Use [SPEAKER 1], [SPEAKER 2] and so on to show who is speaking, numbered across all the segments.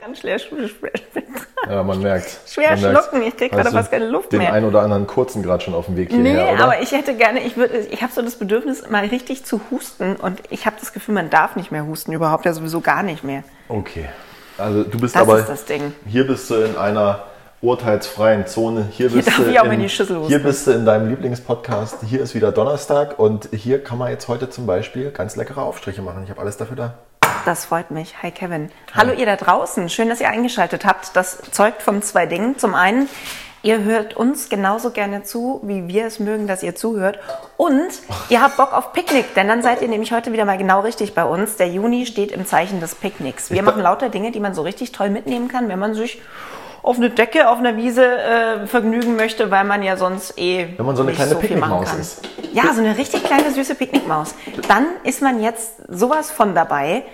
[SPEAKER 1] Ganz schwer, schwer, schwer,
[SPEAKER 2] Ja, man merkt.
[SPEAKER 1] Schwer
[SPEAKER 2] man merkt's.
[SPEAKER 1] schlucken, ich krieg
[SPEAKER 2] Hast
[SPEAKER 1] gerade
[SPEAKER 2] du
[SPEAKER 1] fast keine Luft
[SPEAKER 2] den
[SPEAKER 1] mehr.
[SPEAKER 2] Den einen oder anderen kurzen gerade schon auf dem Weg
[SPEAKER 1] Nee,
[SPEAKER 2] hierher, oder?
[SPEAKER 1] aber ich hätte gerne, ich würde, ich habe so das Bedürfnis, mal richtig zu husten und ich habe das Gefühl, man darf nicht mehr husten überhaupt, ja sowieso gar nicht mehr.
[SPEAKER 2] okay. Also du bist
[SPEAKER 1] Das
[SPEAKER 2] aber,
[SPEAKER 1] ist das Ding.
[SPEAKER 2] hier bist du in einer urteilsfreien Zone. Hier, bist
[SPEAKER 1] darf
[SPEAKER 2] du
[SPEAKER 1] ich auch in die Schüssel husten.
[SPEAKER 2] Hier bist du in deinem Lieblingspodcast. Hier ist wieder Donnerstag und hier kann man jetzt heute zum Beispiel ganz leckere Aufstriche machen. Ich habe alles dafür da.
[SPEAKER 1] Das freut mich. Hi Kevin. Hallo ihr da draußen. Schön, dass ihr eingeschaltet habt. Das zeugt von zwei Dingen. Zum einen, ihr hört uns genauso gerne zu, wie wir es mögen, dass ihr zuhört. Und ihr habt Bock auf Picknick, denn dann seid ihr nämlich heute wieder mal genau richtig bei uns. Der Juni steht im Zeichen des Picknicks. Wir
[SPEAKER 2] Ich
[SPEAKER 1] machen
[SPEAKER 2] ba-
[SPEAKER 1] lauter Dinge, die man so richtig toll mitnehmen kann, wenn man sich auf eine Decke, auf einer Wiese äh, vergnügen möchte, weil man ja sonst eh
[SPEAKER 2] Wenn man so eine
[SPEAKER 1] nicht
[SPEAKER 2] kleine
[SPEAKER 1] so viel machen
[SPEAKER 2] Picknickmaus
[SPEAKER 1] kann.
[SPEAKER 2] ist.
[SPEAKER 1] Ja, so eine richtig kleine süße Picknickmaus. Dann ist man jetzt sowas von dabei,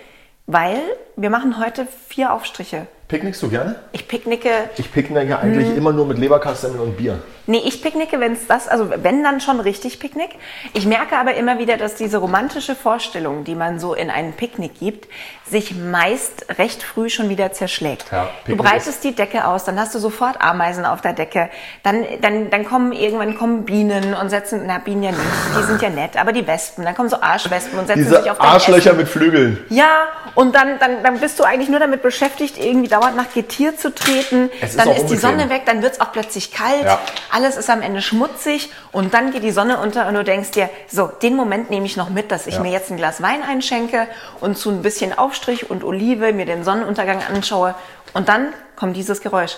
[SPEAKER 1] weil wir machen heute vier Aufstriche.
[SPEAKER 2] Picknickst du gerne?
[SPEAKER 1] Ich picknicke,
[SPEAKER 2] Ich picknicke eigentlich
[SPEAKER 1] Hm.
[SPEAKER 2] immer nur mit Leberkassemmeln und Bier.
[SPEAKER 1] nee, ich picknicke, wenn es das, also wenn dann schon richtig Picknick. Ich merke aber immer wieder, dass diese romantische Vorstellung, die man so in einen Picknick gibt, sich meist recht früh schon wieder zerschlägt.
[SPEAKER 2] Ja,
[SPEAKER 1] du
[SPEAKER 2] Picknick
[SPEAKER 1] breitest die Decke aus, dann hast du sofort Ameisen auf der Decke. Dann, dann, dann kommen irgendwann kommen Bienen und setzen, na Bienen ja nicht, die sind ja nett, aber die Wespen, dann kommen so Arschwespen und setzen sich
[SPEAKER 2] Diese
[SPEAKER 1] auf dein Essen.
[SPEAKER 2] Arschlöcher mit Flügeln.
[SPEAKER 1] Ja, und dann, dann, dann bist du eigentlich nur damit beschäftigt, irgendwie dauernd nach Getier zu treten.
[SPEAKER 2] Es ist
[SPEAKER 1] dann
[SPEAKER 2] auch
[SPEAKER 1] ist die
[SPEAKER 2] unbequem.
[SPEAKER 1] Sonne weg, dann wird's auch plötzlich kalt.
[SPEAKER 2] Ja.
[SPEAKER 1] Alles ist am Ende schmutzig und dann geht die Sonne unter und du denkst dir, so, den Moment nehme ich noch mit, dass ich
[SPEAKER 2] Ja.
[SPEAKER 1] mir jetzt ein Glas Wein einschenke und zu ein bisschen Aufstrich und Olive mir den Sonnenuntergang anschaue. Und dann kommt dieses Geräusch.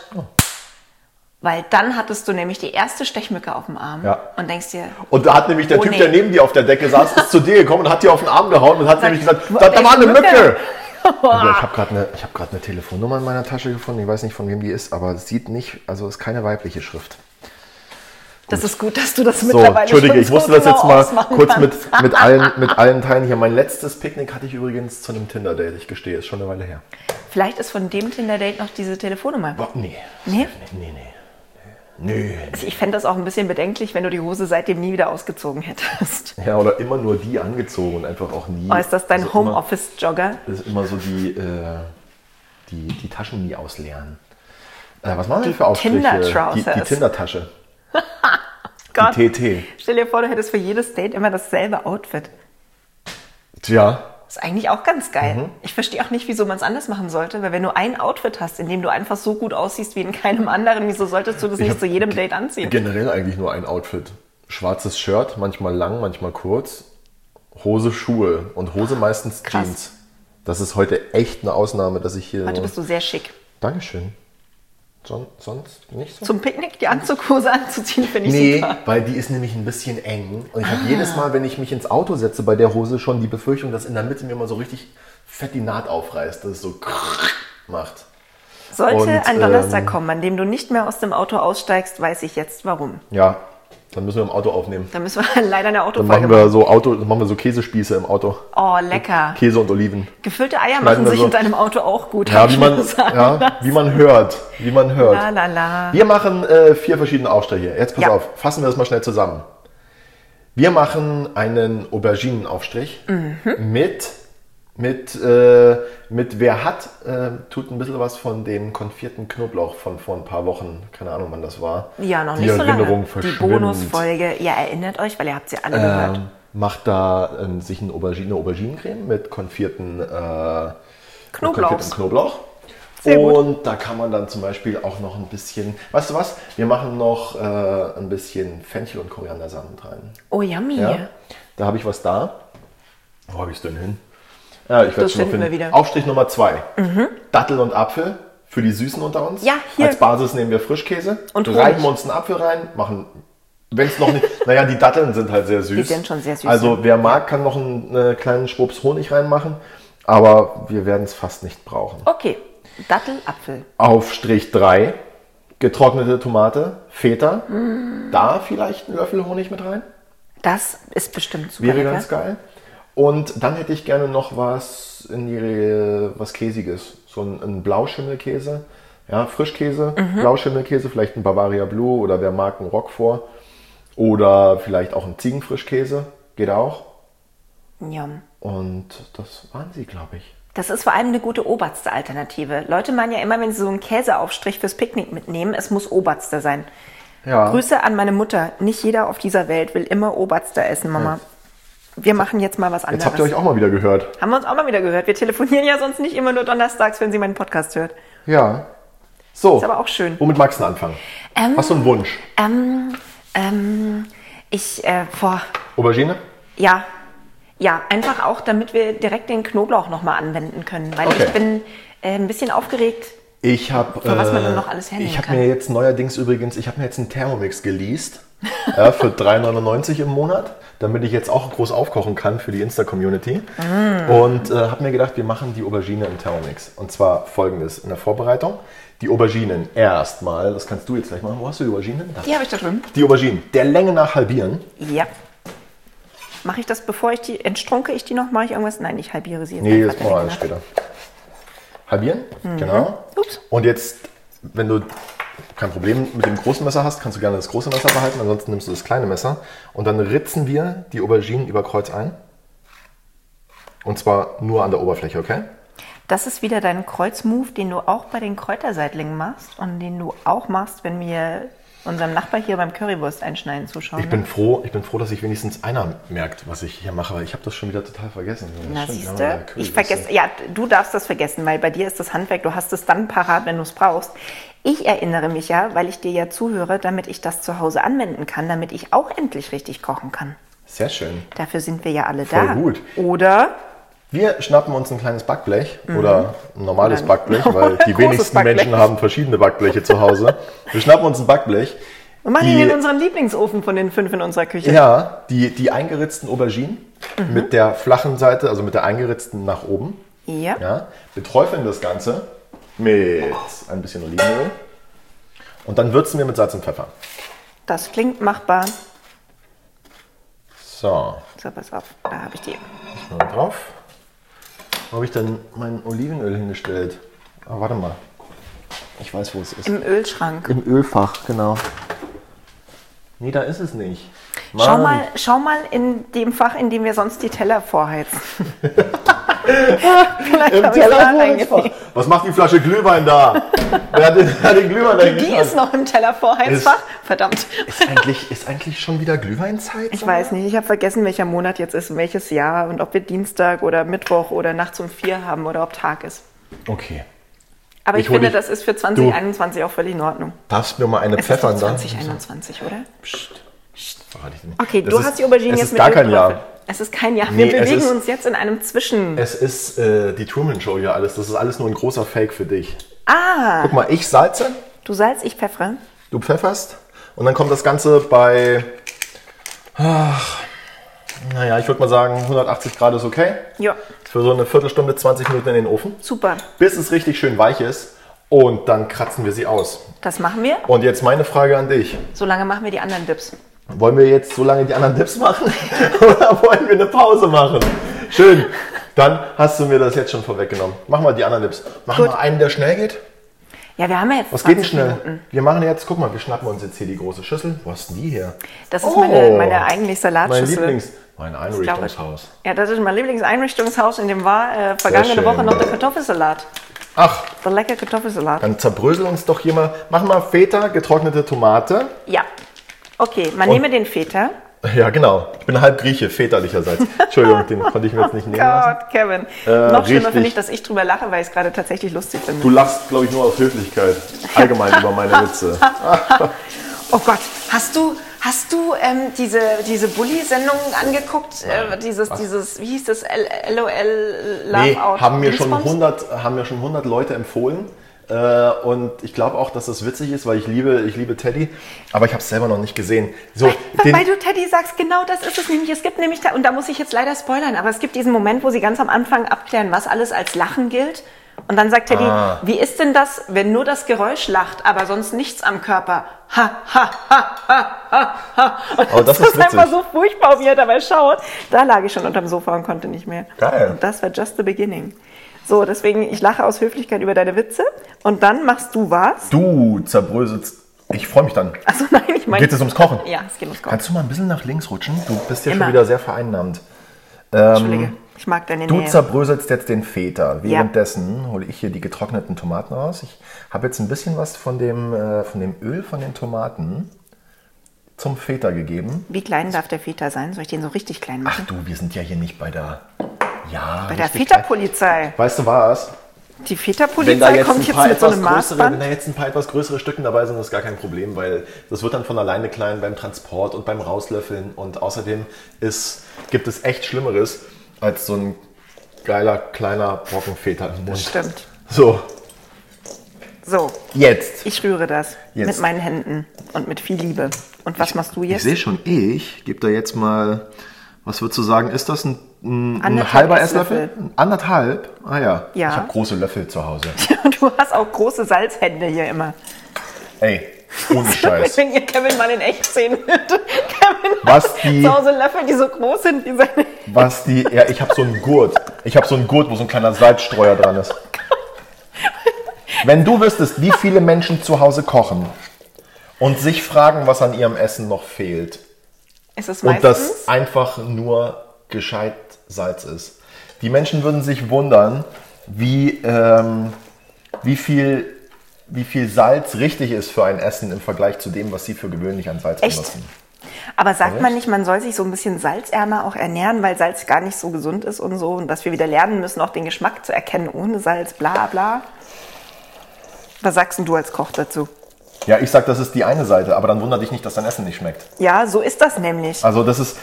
[SPEAKER 1] Weil dann hattest du nämlich die erste Stechmücke auf dem Arm
[SPEAKER 2] Ja.
[SPEAKER 1] und denkst dir,
[SPEAKER 2] Und da hat nämlich der
[SPEAKER 1] Oh,
[SPEAKER 2] Typ,
[SPEAKER 1] nee.
[SPEAKER 2] der neben dir auf der Decke saß, ist zu dir gekommen und hat dir auf den Arm gehauen und hat nämlich gesagt,
[SPEAKER 1] "Wo-
[SPEAKER 2] da, da war eine
[SPEAKER 1] welche
[SPEAKER 2] Mücke.
[SPEAKER 1] Mücke?"
[SPEAKER 2] Aber Also, ich habe gerade eine, ich hab grad eine Telefonnummer in meiner Tasche gefunden. Ich weiß nicht, von wem die ist, aber es sieht nicht, also ist keine weibliche Schrift.
[SPEAKER 1] das ist gut, dass du das
[SPEAKER 2] So,
[SPEAKER 1] mittlerweile
[SPEAKER 2] entschuldige,
[SPEAKER 1] schon
[SPEAKER 2] ich musste
[SPEAKER 1] so
[SPEAKER 2] das jetzt
[SPEAKER 1] genau
[SPEAKER 2] mal
[SPEAKER 1] ausmachen
[SPEAKER 2] kurz mit,
[SPEAKER 1] kannst.
[SPEAKER 2] mit, allen, mit allen Teilen hier. Mein letztes Picknick hatte ich übrigens zu einem Tinder-Date. Ich gestehe, ist schon eine Weile her.
[SPEAKER 1] Vielleicht ist von dem Tinder-Date noch diese Telefonnummer.
[SPEAKER 2] Boah, nee.
[SPEAKER 1] Nee?
[SPEAKER 2] Nee, nee. Nee.
[SPEAKER 1] Also ich fände das auch ein bisschen bedenklich, wenn du die Hose seitdem nie wieder ausgezogen hättest.
[SPEAKER 2] Ja, oder immer nur die angezogen und einfach auch nie.
[SPEAKER 1] Oh, ist das dein
[SPEAKER 2] also immer-
[SPEAKER 1] Homeoffice-Jogger?
[SPEAKER 2] Das ist immer so die, äh, die, die Taschen nie ausleeren. Äh, was machen wir denn für Aufstriche? Die,
[SPEAKER 1] Tinder-Trousers.
[SPEAKER 2] die Tinder-Tasche.
[SPEAKER 1] Gott.
[SPEAKER 2] Die TT.
[SPEAKER 1] Stell dir vor, du hättest für jedes Date immer dasselbe Outfit.
[SPEAKER 2] Tja,
[SPEAKER 1] Ist eigentlich auch ganz geil.
[SPEAKER 2] Mhm.
[SPEAKER 1] Ich verstehe auch nicht, wieso man es anders machen sollte, weil wenn du ein Outfit hast, in dem du einfach so gut aussiehst wie in keinem anderen, wieso solltest du das
[SPEAKER 2] Ich
[SPEAKER 1] nicht
[SPEAKER 2] hab
[SPEAKER 1] zu jedem
[SPEAKER 2] ge- genau.
[SPEAKER 1] Date anziehen?
[SPEAKER 2] generell eigentlich nur ein Outfit. Schwarzes Shirt, manchmal lang, manchmal kurz. Hose, Schuhe und Hose meistens
[SPEAKER 1] Krass.
[SPEAKER 2] Jeans. Das ist heute echt eine Ausnahme, dass ich hier.
[SPEAKER 1] Heute bist du sehr schick.
[SPEAKER 2] Dankeschön. Son sonst nicht so?
[SPEAKER 1] Zum Picknick die Anzughose anzuziehen, finde ich
[SPEAKER 2] Nee,
[SPEAKER 1] super.
[SPEAKER 2] weil die ist nämlich ein bisschen eng. Und ich
[SPEAKER 1] Ah.
[SPEAKER 2] habe jedes Mal, wenn ich mich ins Auto setze bei der Hose, schon die Befürchtung, dass in der Mitte mir mal so richtig fett die Naht aufreißt, dass es so macht.
[SPEAKER 1] Sollte
[SPEAKER 2] Und,
[SPEAKER 1] ein Donnerstag
[SPEAKER 2] ähm,
[SPEAKER 1] kommen, an dem du nicht mehr aus dem Auto aussteigst, weiß ich jetzt warum.
[SPEAKER 2] Ja, dann müssen wir im Auto aufnehmen.
[SPEAKER 1] Da müssen wir leider eine
[SPEAKER 2] Dann
[SPEAKER 1] Autofolge
[SPEAKER 2] machen wir so Auto, dann machen wir so Käsespieße im Auto.
[SPEAKER 1] Oh, lecker.
[SPEAKER 2] Käse und Oliven.
[SPEAKER 1] Gefüllte Eier
[SPEAKER 2] Schneiden
[SPEAKER 1] machen
[SPEAKER 2] wir
[SPEAKER 1] sich
[SPEAKER 2] so-
[SPEAKER 1] in deinem Auto auch gut.
[SPEAKER 2] Ja,
[SPEAKER 1] hab
[SPEAKER 2] wie
[SPEAKER 1] ich
[SPEAKER 2] man,
[SPEAKER 1] gesagt.
[SPEAKER 2] ja, wie man hört. Wie man hört.
[SPEAKER 1] La, la, la.
[SPEAKER 2] Wir machen äh, vier verschiedene Aufstriche. Jetzt pass
[SPEAKER 1] Ja.
[SPEAKER 2] auf, fassen wir das mal schnell zusammen. Wir machen einen Auberginenaufstrich
[SPEAKER 1] Mhm.
[SPEAKER 2] mit, mit, äh, mit wer hat, äh, tut ein bisschen was von dem konfierten Knoblauch von vor ein paar Wochen. Keine Ahnung, wann das war.
[SPEAKER 1] Ja, noch
[SPEAKER 2] Die
[SPEAKER 1] nicht
[SPEAKER 2] Erinnerung
[SPEAKER 1] so lange. Die
[SPEAKER 2] verschwimmt.
[SPEAKER 1] Bonusfolge. Ja, erinnert euch, weil ihr habt sie alle gehört.
[SPEAKER 2] Ähm, macht da ähm, sich eine Aubergine, eine Auberginencreme mit konfierten äh,
[SPEAKER 1] Knoblauch.
[SPEAKER 2] Mit konfiertem Knoblauch.
[SPEAKER 1] Sehr gut.
[SPEAKER 2] und da kann man dann zum Beispiel auch noch ein bisschen, weißt du was? Wir machen noch äh, ein bisschen Fenchel und Koriandersamen mit rein.
[SPEAKER 1] Oh, yummy.
[SPEAKER 2] Ja? Da habe ich was da. Wo habe ich es denn hin? Ja, ich werde
[SPEAKER 1] Das
[SPEAKER 2] es schon noch
[SPEAKER 1] finden wir
[SPEAKER 2] finden.
[SPEAKER 1] wieder. Mhm.
[SPEAKER 2] Aufstrich Nummer zwei. Datteln und Apfel für die Süßen unter uns.
[SPEAKER 1] Ja, hier.
[SPEAKER 2] Als Basis nehmen wir Frischkäse.
[SPEAKER 1] Und Honig.
[SPEAKER 2] reiben uns einen Apfel rein, machen, wenn es noch nicht. naja, die Datteln sind halt sehr süß. Die
[SPEAKER 1] sind schon sehr süß,
[SPEAKER 2] Also
[SPEAKER 1] ja.
[SPEAKER 2] wer mag, kann noch einen äh, kleinen Schwupps Honig reinmachen. Aber wir werden es fast nicht brauchen.
[SPEAKER 1] Okay. Dattelapfel.
[SPEAKER 2] Auf Strich 3 getrocknete Tomate, Feta.
[SPEAKER 1] Mhm.
[SPEAKER 2] Da vielleicht einen Löffel Honig mit rein.
[SPEAKER 1] Das ist bestimmt super
[SPEAKER 2] Wäre
[SPEAKER 1] lecker.
[SPEAKER 2] ganz geil. Und dann hätte ich gerne noch was in die, was Käsiges. So ein, ein Blauschimmelkäse. Ja, Frischkäse,
[SPEAKER 1] Mhm.
[SPEAKER 2] Blauschimmelkäse, vielleicht ein Bavaria Blue oder wer mag einen Rock vor. Oder vielleicht auch ein Ziegenfrischkäse. Geht auch.
[SPEAKER 1] Yum.
[SPEAKER 2] Und das waren sie, glaube ich.
[SPEAKER 1] Das ist vor allem eine gute oberste Alternative. Leute meinen ja immer, wenn sie so einen Käseaufstrich fürs Picknick mitnehmen, es muss oberster sein.
[SPEAKER 2] Ja.
[SPEAKER 1] Grüße an meine Mutter. Nicht jeder auf dieser Welt will immer oberster essen, Mama. Wir machen jetzt mal was anderes.
[SPEAKER 2] Jetzt habt ihr euch auch mal wieder gehört.
[SPEAKER 1] Haben wir uns auch mal wieder gehört. Wir telefonieren ja sonst nicht immer nur donnerstags, wenn sie meinen Podcast hört.
[SPEAKER 2] Ja. So.
[SPEAKER 1] Ist aber auch schön.
[SPEAKER 2] Womit magst du denn anfangen?
[SPEAKER 1] Ähm,
[SPEAKER 2] Hast du einen Wunsch?
[SPEAKER 1] Ähm, ähm, ich, äh, boah,
[SPEAKER 2] Aubergine?
[SPEAKER 1] ja. Ja, einfach auch, damit wir direkt den Knoblauch nochmal anwenden können. Weil
[SPEAKER 2] Okay.
[SPEAKER 1] ich bin äh, ein bisschen aufgeregt.
[SPEAKER 2] Ich habe.
[SPEAKER 1] Für was man denn noch alles hernehmen
[SPEAKER 2] Ich habe
[SPEAKER 1] kann.
[SPEAKER 2] mir jetzt neuerdings übrigens, ich habe mir jetzt einen Thermomix geleast. ja, für 3,99 im Monat, damit ich jetzt auch groß aufkochen kann für die Insta-Community.
[SPEAKER 1] Mm.
[SPEAKER 2] Und äh, habe mir gedacht, wir machen die Aubergine im Thermomix. Und zwar folgendes in der Vorbereitung. Die Auberginen erstmal, das kannst du jetzt gleich machen. Wo hast du die Auberginen? Da.
[SPEAKER 1] Die habe ich da drin.
[SPEAKER 2] Die Auberginen, der Länge nach halbieren.
[SPEAKER 1] Ja. Mache ich das, bevor ich die, entstrunke ich die noch? Mache ich irgendwas? Nein, ich halbiere sie jetzt.
[SPEAKER 2] Nee,
[SPEAKER 1] einfach
[SPEAKER 2] das machen wir
[SPEAKER 1] direkt
[SPEAKER 2] später. Halbieren, genau.
[SPEAKER 1] Mhm. Ups.
[SPEAKER 2] Und jetzt, wenn du kein Problem mit dem großen Messer hast, kannst du gerne das große Messer behalten, ansonsten nimmst du das kleine Messer. Und dann ritzen wir die Auberginen über Kreuz ein. Und zwar nur an der Oberfläche, okay?
[SPEAKER 1] nach. Das ist wieder dein Kreuzmove, den du auch bei den Kräuterseitlingen machst und den du auch machst, wenn wir unserem Nachbar hier beim Currywurst einschneiden zuschauen. ne?
[SPEAKER 2] Ich bin froh, ich bin froh, dass sich wenigstens einer merkt, was ich hier mache, weil ich habe das schon wieder total vergessen.
[SPEAKER 1] Na,
[SPEAKER 2] Stimmt,
[SPEAKER 1] siehst
[SPEAKER 2] wir haben
[SPEAKER 1] du?
[SPEAKER 2] ja Currywürste.
[SPEAKER 1] Ich vergesse, ja, du darfst das vergessen, weil bei dir ist das Handwerk, du hast es dann parat, wenn du es brauchst. Ich erinnere mich ja, weil ich dir ja zuhöre, damit ich das zu Hause anwenden kann, damit ich auch endlich richtig kochen kann.
[SPEAKER 2] Sehr schön.
[SPEAKER 1] Dafür sind wir ja alle
[SPEAKER 2] Voll
[SPEAKER 1] da.
[SPEAKER 2] gut.
[SPEAKER 1] Oder?
[SPEAKER 2] Wir schnappen uns ein kleines Backblech oder ein normales
[SPEAKER 1] Mhm. Oder ein
[SPEAKER 2] Backblech, weil
[SPEAKER 1] großes
[SPEAKER 2] die wenigsten
[SPEAKER 1] Backblech.
[SPEAKER 2] Menschen haben verschiedene Backbleche zu Hause. Wir schnappen uns ein Backblech.
[SPEAKER 1] Wir machen ihn
[SPEAKER 2] die-
[SPEAKER 1] in unserem Lieblingsofen von den fünf in unserer Küche.
[SPEAKER 2] Ja, Mhm. die, die eingeritzten Auberginen mit der flachen Seite, also mit der eingeritzten nach oben.
[SPEAKER 1] Ja.
[SPEAKER 2] Ja, beträufeln das Ganze mit ein bisschen Olivenöl. Und dann würzen wir mit Salz und Pfeffer.
[SPEAKER 1] Das klingt machbar.
[SPEAKER 2] So,
[SPEAKER 1] So, pass auf, da habe ich die.
[SPEAKER 2] ich mal drauf. Wo habe ich denn mein Olivenöl hingestellt? Ah, warte mal. Ich weiß, wo es ist.
[SPEAKER 1] Im Ölschrank.
[SPEAKER 2] Im Ölfach, genau. Nee, da ist es nicht.
[SPEAKER 1] Schau
[SPEAKER 2] Mann.
[SPEAKER 1] mal, schau mal in dem Fach, in dem wir sonst die Teller vorheizen. Vielleicht
[SPEAKER 2] Im
[SPEAKER 1] habe ich es da
[SPEAKER 2] Tellervorratsfach.
[SPEAKER 1] reingekriegt.
[SPEAKER 2] Was macht die Flasche Glühwein da? Wer hat den, wer hat den Glühwein da
[SPEAKER 1] Die
[SPEAKER 2] hingetan?
[SPEAKER 1] ist noch im Tellervorheizfach. Verdammt.
[SPEAKER 2] genau. Ist eigentlich, ist eigentlich schon wieder Glühweinzeit?
[SPEAKER 1] Ich weiß nicht, ich habe vergessen, welcher Monat jetzt ist und welches Jahr und ob wir Dienstag oder Mittwoch oder nachts um vier haben oder ob Tag ist.
[SPEAKER 2] Okay.
[SPEAKER 1] Aber ich,
[SPEAKER 2] Ich hol
[SPEAKER 1] finde,
[SPEAKER 2] dich-
[SPEAKER 1] das ist für 2021 auch völlig in Ordnung.
[SPEAKER 2] Darfst du mir mal eine
[SPEAKER 1] Es ist doch
[SPEAKER 2] pfeffern dann?
[SPEAKER 1] 2021, oder?
[SPEAKER 2] Verrate ich dir nicht.
[SPEAKER 1] Okay,
[SPEAKER 2] Das
[SPEAKER 1] du
[SPEAKER 2] ist-
[SPEAKER 1] hast die Auberginen
[SPEAKER 2] es
[SPEAKER 1] jetzt
[SPEAKER 2] ist gar
[SPEAKER 1] Öl
[SPEAKER 2] kein
[SPEAKER 1] getroffen.
[SPEAKER 2] Jahr.
[SPEAKER 1] Es ist kein Jahr. wir
[SPEAKER 2] Nee, es
[SPEAKER 1] bewegen
[SPEAKER 2] ist-
[SPEAKER 1] uns jetzt in einem Zwischen.
[SPEAKER 2] Es ist äh, die Truman Show hier alles. Das ist alles nur ein großer Fake für dich.
[SPEAKER 1] Ah,
[SPEAKER 2] Guck mal, ich salze,
[SPEAKER 1] du Salz, ich Pfeffere.
[SPEAKER 2] du pfefferst und dann kommt das Ganze bei. Ach, naja, ich würde mal sagen, 180 Grad ist okay.
[SPEAKER 1] Ja,
[SPEAKER 2] Für so eine Viertelstunde, 20 Minuten in den Ofen.
[SPEAKER 1] super.
[SPEAKER 2] bis es richtig schön weich ist und dann kratzen wir sie aus.
[SPEAKER 1] Das machen wir.
[SPEAKER 2] Und jetzt meine Frage an dich.
[SPEAKER 1] Solange machen wir die anderen Dips.
[SPEAKER 2] Wollen wir jetzt so lange die anderen Dips machen oder wollen wir eine Pause machen? Schön. Dann hast du mir das jetzt schon vorweggenommen. Mach mal die anderen Dips. Mach mal einen, der schnell geht.
[SPEAKER 1] Ja, wir haben ja jetzt.
[SPEAKER 2] Was geht denn
[SPEAKER 1] 20
[SPEAKER 2] schnell?
[SPEAKER 1] Minuten.
[SPEAKER 2] Wir machen jetzt, guck mal, wir schnappen uns jetzt hier die große Schüssel. Wo hast du denn die her?
[SPEAKER 1] Das ist meine- meine eigentlich Salatschüssel.
[SPEAKER 2] Oh. Mein Lieblings-,
[SPEAKER 1] Ich
[SPEAKER 2] mein
[SPEAKER 1] glaube-
[SPEAKER 2] Einrichtungshaus.
[SPEAKER 1] Ja, das ist mein Lieblingseinrichtungshaus, in dem war äh,
[SPEAKER 2] schön.
[SPEAKER 1] vergangene Woche noch der Kartoffelsalat.
[SPEAKER 2] Ach,
[SPEAKER 1] Der leckere Kartoffelsalat.
[SPEAKER 2] dann zerbrösel uns doch hier mal. Mach mal Feta, getrocknete Tomate.
[SPEAKER 1] Ja. Okay, man
[SPEAKER 2] Und-
[SPEAKER 1] nehme den Feta.
[SPEAKER 2] Ja, genau. Ich bin halb Grieche, väterlicherseits. Entschuldigung, den konnte ich mir jetzt nicht nehmen lassen.
[SPEAKER 1] Oh
[SPEAKER 2] Äh,
[SPEAKER 1] Gott, Kevin. Noch schlimmer
[SPEAKER 2] richtig.
[SPEAKER 1] finde ich, dass ich drüber lache, weil ich es gerade tatsächlich lustig finde.
[SPEAKER 2] Du lachst, glaube ich, nur aus Höflichkeit. Allgemein über meine Witze.
[SPEAKER 1] Oh Gott, hast du, hast du ähm, diese, diese Bully-Sendung angeguckt? Äh, dieses, dieses, wie hieß das? L- LOL Love
[SPEAKER 2] Nee,
[SPEAKER 1] Out?
[SPEAKER 2] haben mir, schon
[SPEAKER 1] Dingsbums?
[SPEAKER 2] 100, haben mir schon 100 Leute empfohlen. Äh, Und ich glaube auch, dass das witzig ist, weil ich liebe, ich liebe Teddy. Aber ich habe es selber noch nicht gesehen. So,
[SPEAKER 1] Weil,
[SPEAKER 2] den,
[SPEAKER 1] weil du Teddy sagst, genau das ist es nämlich. Es gibt nämlich, da- und da muss ich jetzt leider spoilern, aber es gibt diesen Moment, wo sie ganz am Anfang abklären, was alles als Lachen gilt Und dann sagt Teddy,
[SPEAKER 2] Ah.
[SPEAKER 1] wie ist denn das, wenn nur das Geräusch lacht, aber sonst nichts am Körper? Ha, ha, ha, ha, ha, ha. Und
[SPEAKER 2] Oh, das ist witzig.
[SPEAKER 1] einfach so furchtbar, wie er dabei schaut. Da lag ich schon unterm Sofa und konnte nicht mehr.
[SPEAKER 2] Geil.
[SPEAKER 1] Und das war just the beginning. So, deswegen, ich lache aus Höflichkeit über deine Witze und dann machst du was.
[SPEAKER 2] Du zerbröselst. Ich freue mich dann.
[SPEAKER 1] Also nein, ich meine...
[SPEAKER 2] Geht es ums Kochen?
[SPEAKER 1] Ja, es geht ums Kochen.
[SPEAKER 2] Kannst du mal ein bisschen nach links rutschen? Du bist ja
[SPEAKER 1] Immer.
[SPEAKER 2] schon wieder sehr vereinnahmt. Ähm,
[SPEAKER 1] Entschuldige, ich mag deine
[SPEAKER 2] Du
[SPEAKER 1] Nähe.
[SPEAKER 2] zerbröselst jetzt den Feta. Währenddessen hole ich hier die getrockneten Tomaten raus. Ich habe jetzt ein bisschen was von dem, äh, von dem Öl von den Tomaten zum Feta gegeben.
[SPEAKER 1] Wie klein darf der Feta sein? Soll ich den so richtig klein
[SPEAKER 2] Ach
[SPEAKER 1] machen?
[SPEAKER 2] du, wir sind ja hier nicht bei der. Ja.
[SPEAKER 1] Bei der
[SPEAKER 2] richtig klein.
[SPEAKER 1] Feta-Polizei.
[SPEAKER 2] Weißt du was?
[SPEAKER 1] Die Feta-Polizei kommt jetzt mit so einem
[SPEAKER 2] größere, wenn
[SPEAKER 1] Maßband.
[SPEAKER 2] da jetzt ein paar etwas größere Stücken dabei sind, ist gar kein Problem, weil das wird dann von alleine klein beim Transport und beim Rauslöffeln. Und außerdem ist, gibt es echt Schlimmeres als so ein geiler kleiner Brockenfeta im Mund. Das
[SPEAKER 1] stimmt.
[SPEAKER 2] So,
[SPEAKER 1] So,
[SPEAKER 2] jetzt.
[SPEAKER 1] ich rühre das
[SPEAKER 2] Jetzt.
[SPEAKER 1] mit meinen Händen und mit viel Liebe. Und was machst du
[SPEAKER 2] Ich
[SPEAKER 1] jetzt?
[SPEAKER 2] sehe schon, ich gebe da jetzt mal, was würdest du sagen, ist das ein, ein, ein
[SPEAKER 1] Anderthalb
[SPEAKER 2] halber
[SPEAKER 1] Esslöffel.
[SPEAKER 2] Esslöffel? Anderthalb? Ah ja.
[SPEAKER 1] Ja.
[SPEAKER 2] Ich habe große Löffel zu Hause.
[SPEAKER 1] du hast auch große Salzhände hier immer.
[SPEAKER 2] Ey, ohne Scheiß.
[SPEAKER 1] Wenn ihr Kevin mal in echt sehen würdet. Kevin
[SPEAKER 2] Was
[SPEAKER 1] hat
[SPEAKER 2] die-
[SPEAKER 1] zu Hause Löffel, die so groß sind wie seine...
[SPEAKER 2] Was die. Ja, ich habe so einen Gurt. Ich habe so einen Gurt, wo so ein kleiner Salzstreuer dran ist. Wenn du wüsstest, wie viele Menschen zu Hause kochen und sich fragen, was an ihrem Essen noch fehlt
[SPEAKER 1] Es ist
[SPEAKER 2] und
[SPEAKER 1] meistens...
[SPEAKER 2] das einfach nur gescheit Salz ist. Die Menschen würden sich wundern, wie, ähm, wie, viel, wie viel Salz richtig ist für ein Essen im Vergleich zu dem, was sie für gewöhnlich an Salz
[SPEAKER 1] Echt?
[SPEAKER 2] benutzen.
[SPEAKER 1] Aber sagt man nicht, man soll sich so ein bisschen salzärmer auch ernähren, weil Salz gar nicht so gesund ist und so und dass wir wieder lernen müssen, auch den Geschmack zu erkennen ohne Salz, bla bla. Was sagst denn du als Koch dazu?
[SPEAKER 2] Ja, ich sag, das ist die eine Seite, aber dann wundert dich nicht, dass dein Essen nicht schmeckt.
[SPEAKER 1] Ja, so ist das nämlich.
[SPEAKER 2] Also das ist,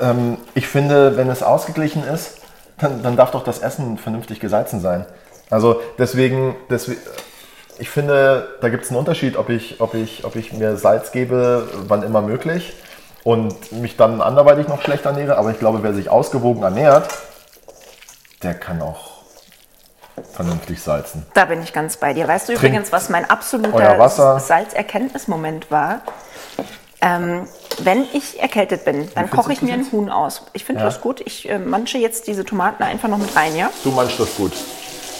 [SPEAKER 2] ähm, ich finde, wenn es ausgeglichen ist, dann, dann darf doch das Essen vernünftig gesalzen sein. Also deswegen, deswegen ich finde, da gibt es einen Unterschied, ob ich, ob, ich, ob ich mir Salz gebe, wann immer möglich und mich dann anderweitig noch schlecht ernähre. Aber ich glaube, wer sich ausgewogen ernährt, der kann auch vernünftig salzen.
[SPEAKER 1] Da bin ich ganz bei dir. Weißt du
[SPEAKER 2] Trinkt
[SPEAKER 1] übrigens, was mein
[SPEAKER 2] euer
[SPEAKER 1] absoluter
[SPEAKER 2] Wasser.
[SPEAKER 1] Salzerkenntnismoment war? Ähm, wenn ich erkältet bin, dann
[SPEAKER 2] findest
[SPEAKER 1] koche ich
[SPEAKER 2] du
[SPEAKER 1] mir
[SPEAKER 2] das
[SPEAKER 1] ein Huhn aus. Ich finde das gut. Ich äh, manche jetzt diese Tomaten einfach noch mit rein, ja?
[SPEAKER 2] Du meinst das gut.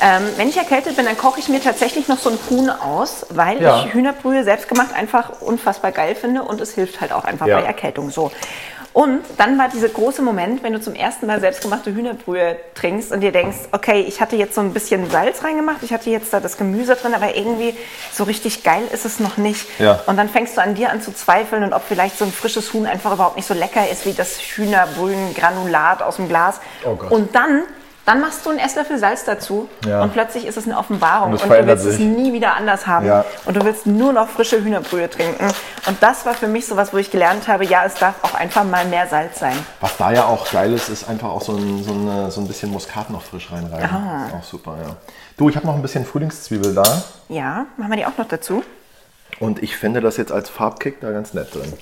[SPEAKER 1] Ähm, wenn ich erkältet bin, dann koche ich mir tatsächlich noch so ein Huhn aus, weil
[SPEAKER 2] Ja.
[SPEAKER 1] ich Hühnerbrühe selbstgemacht einfach unfassbar geil finde und es hilft halt auch einfach
[SPEAKER 2] Ja.
[SPEAKER 1] bei Erkältung so. Und dann war dieser große Moment, wenn du zum ersten Mal selbstgemachte Hühnerbrühe trinkst und dir denkst, okay, ich hatte jetzt so ein bisschen Salz reingemacht, ich hatte jetzt da das Gemüse drin, aber irgendwie so richtig geil ist es noch nicht.
[SPEAKER 2] Ja.
[SPEAKER 1] Und dann fängst du an dir an zu zweifeln und ob vielleicht so ein frisches Huhn einfach überhaupt nicht so lecker ist wie das Hühnerbrühengranulat aus dem Glas.
[SPEAKER 2] Oh Gott.
[SPEAKER 1] Und dann, dann machst du einen Esslöffel Salz dazu
[SPEAKER 2] Ja.
[SPEAKER 1] und plötzlich ist es eine Offenbarung
[SPEAKER 2] Und
[SPEAKER 1] und,
[SPEAKER 2] es
[SPEAKER 1] du
[SPEAKER 2] verändert
[SPEAKER 1] willst es
[SPEAKER 2] sich.
[SPEAKER 1] nie wieder anders haben.
[SPEAKER 2] Ja.
[SPEAKER 1] Und du willst nur noch frische Hühnerbrühe trinken. Und das war für mich sowas, wo ich gelernt habe, ja, es darf auch einfach mal mehr Salz sein.
[SPEAKER 2] Was da ja auch geil ist, ist einfach auch so ein, so eine, so ein bisschen Muskat noch frisch reinreiben. Ist auch super, ja. Du, ich habe noch ein bisschen Frühlingszwiebel da
[SPEAKER 1] Ja, machen wir die auch noch dazu.
[SPEAKER 2] und ich finde das jetzt als Farbkick da ganz nett drin.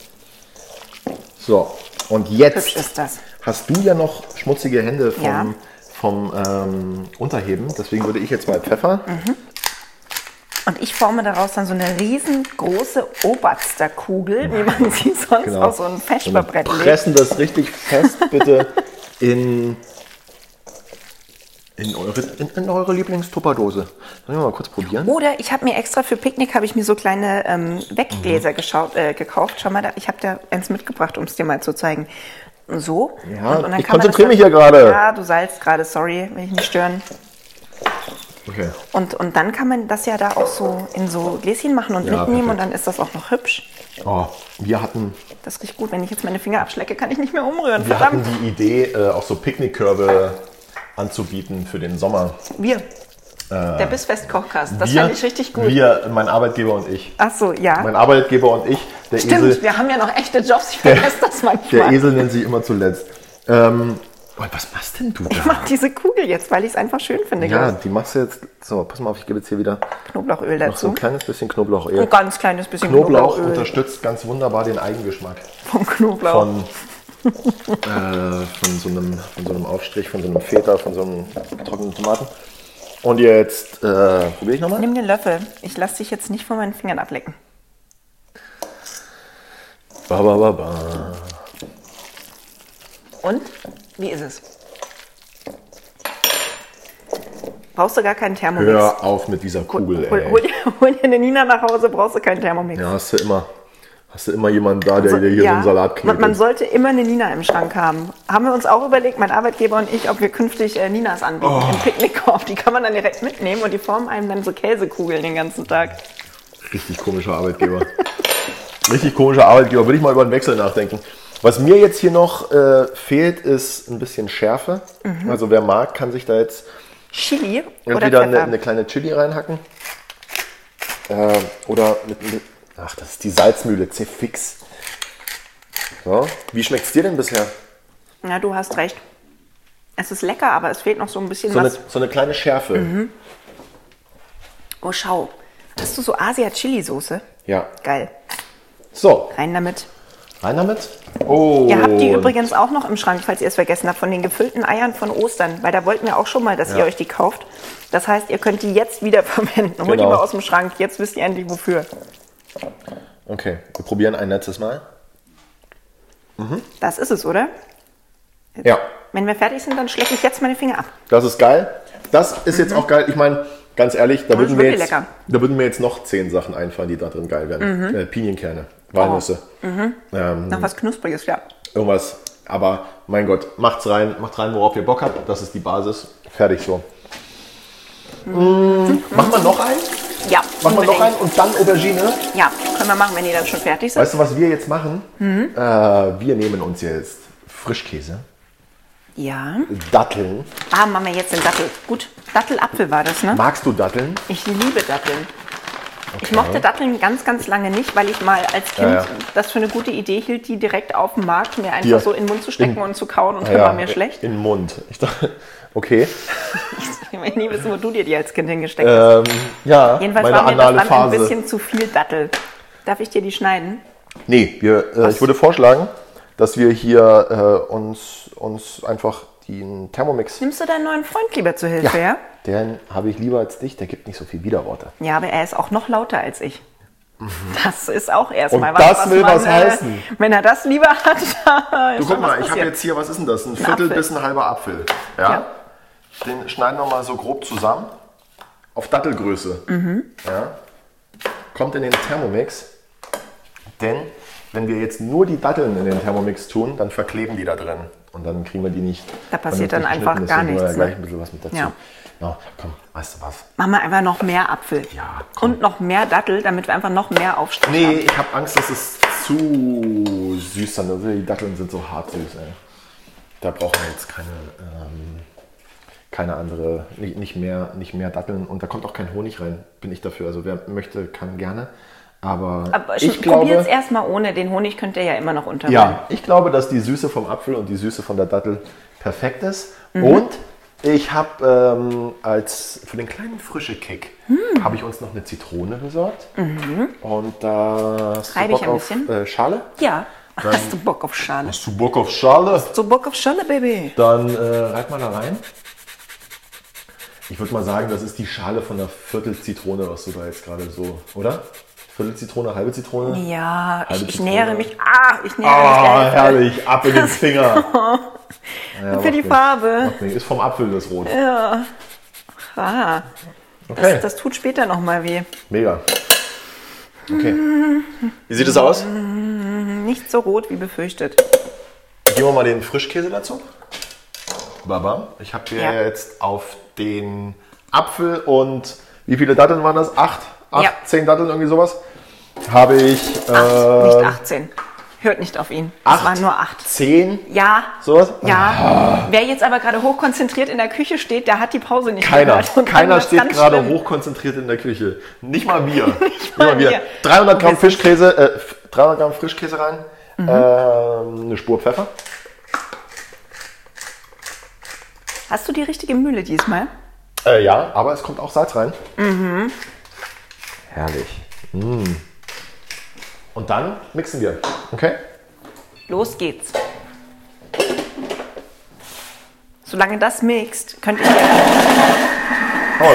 [SPEAKER 2] So, und jetzt
[SPEAKER 1] Hübsch ist das.
[SPEAKER 2] hast du ja noch schmutzige Hände vom,
[SPEAKER 1] Ja.
[SPEAKER 2] vom ähm, Unterheben. Deswegen würde ich jetzt mal Pfeffer.
[SPEAKER 1] Mhm. Und ich forme daraus dann so eine riesengroße Obersterkugel, wie man sie sonst
[SPEAKER 2] Genau.
[SPEAKER 1] auf so ein Feschbarbrett
[SPEAKER 2] Wir
[SPEAKER 1] legt.
[SPEAKER 2] Pressen das richtig fest, bitte, in, in, eure, in, in eure Lieblingstupperdose. Sollen wir mal kurz probieren?
[SPEAKER 1] Oder ich habe mir extra für Picknick habe ich mir so kleine ähm, Weggläser
[SPEAKER 2] Mhm.
[SPEAKER 1] geschaut, äh, gekauft. Schau mal, da, ich habe da eins mitgebracht, um es dir mal zu zeigen. So.
[SPEAKER 2] Ja, ich konzentriere mich hier gerade.
[SPEAKER 1] Ja, du salzt gerade, sorry, will ich nicht stören.
[SPEAKER 2] Okay.
[SPEAKER 1] Und, und dann kann man das ja da auch so in so Gläschen machen und
[SPEAKER 2] Ja,
[SPEAKER 1] mitnehmen
[SPEAKER 2] perfekt.
[SPEAKER 1] und dann ist das auch noch hübsch.
[SPEAKER 2] Oh, wir hatten,
[SPEAKER 1] Das riecht gut. Wenn ich jetzt meine Finger abschlecke, kann ich nicht mehr umrühren.
[SPEAKER 2] wir hatten
[SPEAKER 1] Verdammt.
[SPEAKER 2] die Idee, äh, auch so Picknickkörbe anzubieten für den Sommer.
[SPEAKER 1] Wir. Der Bissfest-Kochkast. Das
[SPEAKER 2] Äh, wir,
[SPEAKER 1] fand ich richtig gut.
[SPEAKER 2] Wir, mein Arbeitgeber und ich.
[SPEAKER 1] Ach so, ja.
[SPEAKER 2] Mein Arbeitgeber und ich. Der
[SPEAKER 1] Stimmt,
[SPEAKER 2] Esel,
[SPEAKER 1] wir haben ja noch echte Jobs. Ich vergesse das
[SPEAKER 2] der
[SPEAKER 1] manchmal.
[SPEAKER 2] Esel nennt sich immer zuletzt. Ähm, oh, was machst denn du
[SPEAKER 1] Ich
[SPEAKER 2] da?
[SPEAKER 1] mache diese Kugel jetzt, weil ich es einfach schön finde.
[SPEAKER 2] Ja,
[SPEAKER 1] Ja.
[SPEAKER 2] die machst du jetzt. So, pass mal auf, ich gebe jetzt hier wieder
[SPEAKER 1] Knoblauchöl
[SPEAKER 2] noch so
[SPEAKER 1] dazu.
[SPEAKER 2] ein kleines bisschen Knoblauch.
[SPEAKER 1] Ein ganz kleines bisschen
[SPEAKER 2] Knoblauch
[SPEAKER 1] Knoblauchöl
[SPEAKER 2] unterstützt ganz wunderbar den Eigengeschmack
[SPEAKER 1] vom Knoblauch.
[SPEAKER 2] von, äh, von, so einem, von so einem Aufstrich, von so einem Feta, von so einem getrockneten Tomaten. Und jetzt äh, probiere ich nochmal.
[SPEAKER 1] Nimm den Löffel. Ich lasse dich jetzt nicht von meinen Fingern ablecken.
[SPEAKER 2] Ba, ba, ba, ba.
[SPEAKER 1] Und? Wie ist es? Brauchst du gar keinen Thermomix.
[SPEAKER 2] Hör auf mit dieser Kugel,
[SPEAKER 1] Hol,
[SPEAKER 2] ey.
[SPEAKER 1] hol, dir- hol dir eine Nina nach Hause, brauchst du keinen Thermomix.
[SPEAKER 2] Ja, hast du immer, hast du immer jemanden da, der
[SPEAKER 1] So-
[SPEAKER 2] dir hier so einen Salat
[SPEAKER 1] man,
[SPEAKER 2] knetet.
[SPEAKER 1] man sollte immer eine Nina im Schrank haben. Haben wir uns auch überlegt, mein Arbeitgeber und ich, ob wir künftig äh, Ninas anbieten im Picknickkorb. Die kann man dann direkt mitnehmen und die formen einem dann so Käsekugeln den ganzen Tag.
[SPEAKER 2] Richtig komischer Arbeitgeber. Richtig komischer Arbeitgeber. Würde ich mal über den Wechsel nachdenken. Was mir jetzt hier noch äh, fehlt, ist ein bisschen Schärfe.
[SPEAKER 1] Mhm.
[SPEAKER 2] Also wer mag, kann sich da jetzt
[SPEAKER 1] Chili oder
[SPEAKER 2] entweder eine,
[SPEAKER 1] Pfeffer.
[SPEAKER 2] eine kleine Chili reinhacken. Äh, oder mit, mit. Ach, das ist die Salzmühle. C-Fix. So. Wie schmeckt es dir denn bisher?
[SPEAKER 1] Ja, du hast recht. Es ist lecker, aber es fehlt noch so ein bisschen
[SPEAKER 2] So eine,
[SPEAKER 1] was.
[SPEAKER 2] so eine kleine Schärfe. Mhm.
[SPEAKER 1] Oh, schau. Hast du so Asia-Chili-Soße?
[SPEAKER 2] Ja.
[SPEAKER 1] Geil.
[SPEAKER 2] So,
[SPEAKER 1] Rein damit.
[SPEAKER 2] rein damit. Oh.
[SPEAKER 1] Ihr habt die übrigens auch noch im Schrank, falls ihr es vergessen habt, von den gefüllten Eiern von Ostern. Weil da wollten wir auch schon mal, dass ihr euch die kauft. Das heißt, ihr könnt die jetzt wieder verwenden. Holt die
[SPEAKER 2] Genau.
[SPEAKER 1] mal aus dem Schrank. Jetzt wisst ihr endlich wofür.
[SPEAKER 2] Okay, wir probieren ein letztes Mal.
[SPEAKER 1] Das ist es, oder?
[SPEAKER 2] Ja,
[SPEAKER 1] Wenn wir fertig sind, dann schlecke ich jetzt meine Finger ab.
[SPEAKER 2] das ist geil. Das ist jetzt auch geil. Ich meine, ganz ehrlich, da
[SPEAKER 1] Das ist
[SPEAKER 2] würden, mir
[SPEAKER 1] wirklich
[SPEAKER 2] jetzt,
[SPEAKER 1] lecker. Mhm.
[SPEAKER 2] da würden mir jetzt noch zehn Sachen einfallen, die da drin geil werden. Äh, Pinienkerne, Walnüsse, ähm,
[SPEAKER 1] Noch was Knuspriges, ja.
[SPEAKER 2] irgendwas. Aber mein Gott, macht's rein, macht rein, worauf ihr Bock habt. Das ist die Basis. Fertig so. Mm, machen wir noch einen?
[SPEAKER 1] Ja,
[SPEAKER 2] Machen wir noch
[SPEAKER 1] Mhm. unbedingt.
[SPEAKER 2] einen und dann Aubergine.
[SPEAKER 1] Ja, können wir machen, wenn die dann schon fertig sind.
[SPEAKER 2] Weißt du, was wir jetzt machen?
[SPEAKER 1] Mhm.
[SPEAKER 2] Äh, wir nehmen uns jetzt Frischkäse,
[SPEAKER 1] Ja.
[SPEAKER 2] Datteln.
[SPEAKER 1] Ah, machen wir jetzt den Dattel. Gut, Dattelapfel war das, ne?
[SPEAKER 2] Magst du Datteln?
[SPEAKER 1] Ich liebe Datteln. Ich mochte Datteln ganz, ganz lange nicht, weil ich mal als Kind
[SPEAKER 2] Ja, ja.
[SPEAKER 1] das für eine gute Idee hielt, die direkt auf dem Markt mir einfach
[SPEAKER 2] Hier.
[SPEAKER 1] so in den Mund zu stecken
[SPEAKER 2] In-
[SPEAKER 1] und zu kauen und
[SPEAKER 2] Ah
[SPEAKER 1] dann
[SPEAKER 2] ja,
[SPEAKER 1] war mir schlecht.
[SPEAKER 2] In den Mund. Ich dachte, okay.
[SPEAKER 1] Ich will nie wissen, wo du dir die als Kind hingesteckt hast.
[SPEAKER 2] Ähm, ja,
[SPEAKER 1] Jedenfalls
[SPEAKER 2] meine
[SPEAKER 1] war mir das
[SPEAKER 2] anale
[SPEAKER 1] dann ein
[SPEAKER 2] Phase.
[SPEAKER 1] bisschen zu viel Dattel. Darf ich dir die schneiden?
[SPEAKER 2] Nee, wir, äh, ich würde vorschlagen, dass wir hier äh, uns, uns einfach den Thermomix.
[SPEAKER 1] Nimmst du deinen neuen Freund lieber zu Hilfe, ja?
[SPEAKER 2] Den habe ich lieber als dich, der gibt nicht so viel Widerworte.
[SPEAKER 1] Ja, aber er ist auch noch lauter als ich. Das ist auch erstmal
[SPEAKER 2] Mhm. Und das will was heißen.
[SPEAKER 1] äh, Wenn er das lieber hat, da ist
[SPEAKER 2] Du
[SPEAKER 1] schon was
[SPEAKER 2] guck mal, ich habe
[SPEAKER 1] passiert.
[SPEAKER 2] jetzt hier, was ist denn das? Ein Viertel
[SPEAKER 1] Apfel.
[SPEAKER 2] bis ein halber Apfel. Ja?
[SPEAKER 1] Ja.
[SPEAKER 2] Den schneiden wir mal so grob zusammen. Auf Dattelgröße.
[SPEAKER 1] Mhm.
[SPEAKER 2] Ja? Kommt in den Thermomix. Denn wenn wir jetzt nur die Datteln in den Thermomix tun, dann verkleben die da drin. Und dann kriegen wir die nicht.
[SPEAKER 1] Da passiert dann
[SPEAKER 2] vernünftig
[SPEAKER 1] einfach
[SPEAKER 2] geschnitten.
[SPEAKER 1] gar nichts,
[SPEAKER 2] Deswegen wollen wir
[SPEAKER 1] ne?
[SPEAKER 2] Ja gleich ein bisschen was mit dazu.
[SPEAKER 1] Ja.
[SPEAKER 2] Na, komm, weißt du was?
[SPEAKER 1] Machen wir einfach noch mehr Apfel.
[SPEAKER 2] Ja, komm.
[SPEAKER 1] Und noch mehr Dattel, damit wir einfach noch mehr aufstellen.
[SPEAKER 2] Nee, ich habe Angst, dass es zu süß dann wird. Die Datteln sind so hart süß, ey. Da brauchen wir jetzt keine, ähm, keine andere, nicht, nicht, mehr, nicht mehr Datteln. Und da kommt auch kein Honig rein, bin ich dafür. Also wer möchte, kann gerne. Aber,
[SPEAKER 1] Aber
[SPEAKER 2] ich
[SPEAKER 1] probiert
[SPEAKER 2] glaube,
[SPEAKER 1] es erstmal ohne. Den Honig könnt ihr ja immer noch unterbringen.
[SPEAKER 2] ja, ich glaube, dass die Süße vom Apfel und die Süße von der Dattel perfekt ist.
[SPEAKER 1] Mhm.
[SPEAKER 2] Und ich habe ähm, als für den kleinen frische Kick
[SPEAKER 1] Mhm.
[SPEAKER 2] habe ich uns noch eine Zitrone besorgt. Und da hast du
[SPEAKER 1] Reibe Mhm. ich
[SPEAKER 2] Bock
[SPEAKER 1] ein
[SPEAKER 2] auf,
[SPEAKER 1] bisschen?
[SPEAKER 2] Äh, Schale.
[SPEAKER 1] Ja. Hast du Bock auf Schale?
[SPEAKER 2] Hast du Bock auf Schale?
[SPEAKER 1] Hast du Bock auf Schale, Baby?
[SPEAKER 2] Dann äh, reib mal da rein. Ich würde mal sagen, das ist die Schale von einer Viertelzitrone, was du da jetzt gerade so, oder? Viertelzitrone, halbe Zitrone?
[SPEAKER 1] Ja, ich,
[SPEAKER 2] Halbe
[SPEAKER 1] ich
[SPEAKER 2] Zitrone.
[SPEAKER 1] nähere mich. Ah, ich nähere
[SPEAKER 2] Ah,
[SPEAKER 1] mich. der Hälfte.
[SPEAKER 2] herrlich, ab in den Finger.
[SPEAKER 1] Für
[SPEAKER 2] Ja,
[SPEAKER 1] die
[SPEAKER 2] macht nichts,
[SPEAKER 1] Farbe.
[SPEAKER 2] macht nichts. Ist vom Apfel das Rot.
[SPEAKER 1] Ah, das,
[SPEAKER 2] Okay,
[SPEAKER 1] das tut später nochmal weh.
[SPEAKER 2] mega. Okay. Wie sieht es aus? Gehen
[SPEAKER 1] Nicht so rot wie befürchtet.
[SPEAKER 2] wir mal den Frischkäse dazu. Baba. Ich habe hier
[SPEAKER 1] Ja.
[SPEAKER 2] jetzt auf den Apfel und wie viele Datteln waren das? Acht? Acht?
[SPEAKER 1] Ja.
[SPEAKER 2] Zehn Datteln, irgendwie sowas? Habe ich. Äh,
[SPEAKER 1] Acht, nicht 18. Hört nicht auf ihn. Es
[SPEAKER 2] acht,
[SPEAKER 1] waren nur 8.
[SPEAKER 2] Zehn?
[SPEAKER 1] Ja.
[SPEAKER 2] Sowas? Ah.
[SPEAKER 1] Ja. Wer jetzt aber gerade hochkonzentriert in der Küche steht, der hat die Pause nicht
[SPEAKER 2] Keiner,
[SPEAKER 1] gehört. Und dann
[SPEAKER 2] keiner
[SPEAKER 1] wird's
[SPEAKER 2] steht
[SPEAKER 1] ganz
[SPEAKER 2] gerade
[SPEAKER 1] schlimm.
[SPEAKER 2] hochkonzentriert in der Küche. Nicht mal wir. Nicht
[SPEAKER 1] mal wir. Mhm.
[SPEAKER 2] 300 Gramm Fischkäse, äh, f- 300 Gramm Frischkäse rein, ähm, eine Spur Pfeffer.
[SPEAKER 1] Hast du die richtige Mühle diesmal?
[SPEAKER 2] Äh, ja, aber es kommt auch Salz rein.
[SPEAKER 1] Mhm.
[SPEAKER 2] Herrlich. Mm. Und dann mixen wir. Okay?
[SPEAKER 1] Los geht's. Solange das mixt, könnt ihr.
[SPEAKER 2] Hau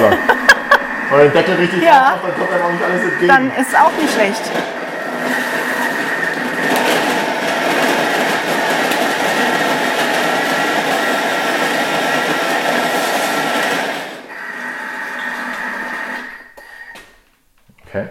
[SPEAKER 2] da. Wenn man den Deckel richtig
[SPEAKER 1] Ja.
[SPEAKER 2] drauf macht, dann kommt einem auch nicht alles entgegen.
[SPEAKER 1] Dann ist auch nicht schlecht.
[SPEAKER 2] okay.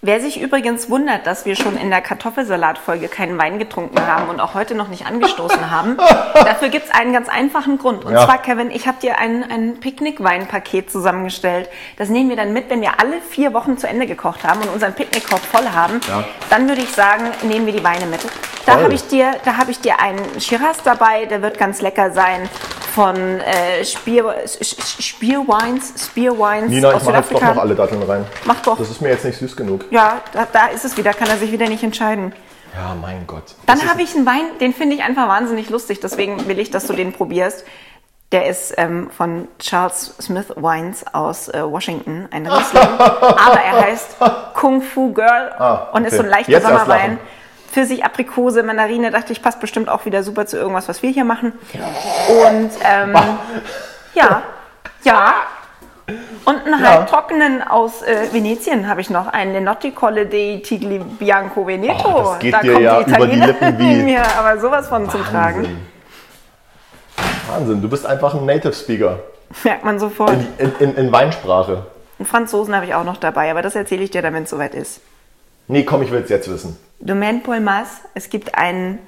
[SPEAKER 1] Wer sich übrigens wundert, dass wir schon in der Kartoffelsalatfolge keinen Wein getrunken haben und auch heute noch nicht angestoßen haben, dafür gibt's einen ganz einfachen Grund. Und
[SPEAKER 2] Ja.
[SPEAKER 1] zwar, Kevin, ich habe dir ein, ein Picknickweinpaket zusammengestellt. Das nehmen wir dann mit, wenn wir alle vier Wochen zu Ende gekocht haben und unseren Picknickkorb voll haben.
[SPEAKER 2] Ja.
[SPEAKER 1] Dann würde ich sagen, nehmen wir die Weine mit. Da
[SPEAKER 2] Voll.
[SPEAKER 1] habe ich, dir- da hab ich dir einen Shiraz dabei, der wird ganz lecker sein. Von äh, Spear, Spearwines, Spearwines
[SPEAKER 2] Nina,
[SPEAKER 1] aus
[SPEAKER 2] ich mache jetzt doch
[SPEAKER 1] Südafrika.
[SPEAKER 2] noch alle Datteln rein.
[SPEAKER 1] Mach doch.
[SPEAKER 2] Das ist mir jetzt nicht süß genug.
[SPEAKER 1] Ja, da, da ist es wieder, kann er sich wieder nicht entscheiden.
[SPEAKER 2] Ja, mein Gott.
[SPEAKER 1] Dann habe ich einen Wein, den finde ich einfach wahnsinnig lustig, deswegen will ich, dass du den probierst. Der ist ähm, von Charles Smith Wines aus äh, Washington, ein Riesling. Aber er heißt Kung Fu Girl
[SPEAKER 2] Ah,
[SPEAKER 1] und ist
[SPEAKER 2] okay.
[SPEAKER 1] so ein leichter
[SPEAKER 2] Jetzt erst
[SPEAKER 1] Sommerwein.
[SPEAKER 2] lachen.
[SPEAKER 1] Pfirsich, Aprikose, Mandarine, dachte ich, passt bestimmt auch wieder super zu irgendwas, was wir hier machen. Und ähm, ja, ja. Und einen halbtrockenen aus äh, Venetien habe ich noch, einen Lenotti Colle dei Tigli Bianco Veneto.
[SPEAKER 2] Ah, das geht dir ja über die Lippen wie-
[SPEAKER 1] in mir aber sowas von zum Tragen.
[SPEAKER 2] Wahnsinn. Wahnsinn, du bist einfach ein Native Speaker.
[SPEAKER 1] Merkt man sofort.
[SPEAKER 2] In, in, in, in Weinsprache.
[SPEAKER 1] Einen Franzosen habe ich auch noch dabei, aber das erzähle ich dir, dann, wenn es soweit ist.
[SPEAKER 2] Nee, komm, ich will es jetzt wissen.
[SPEAKER 1] Domaine Paul Mas, es gibt einen,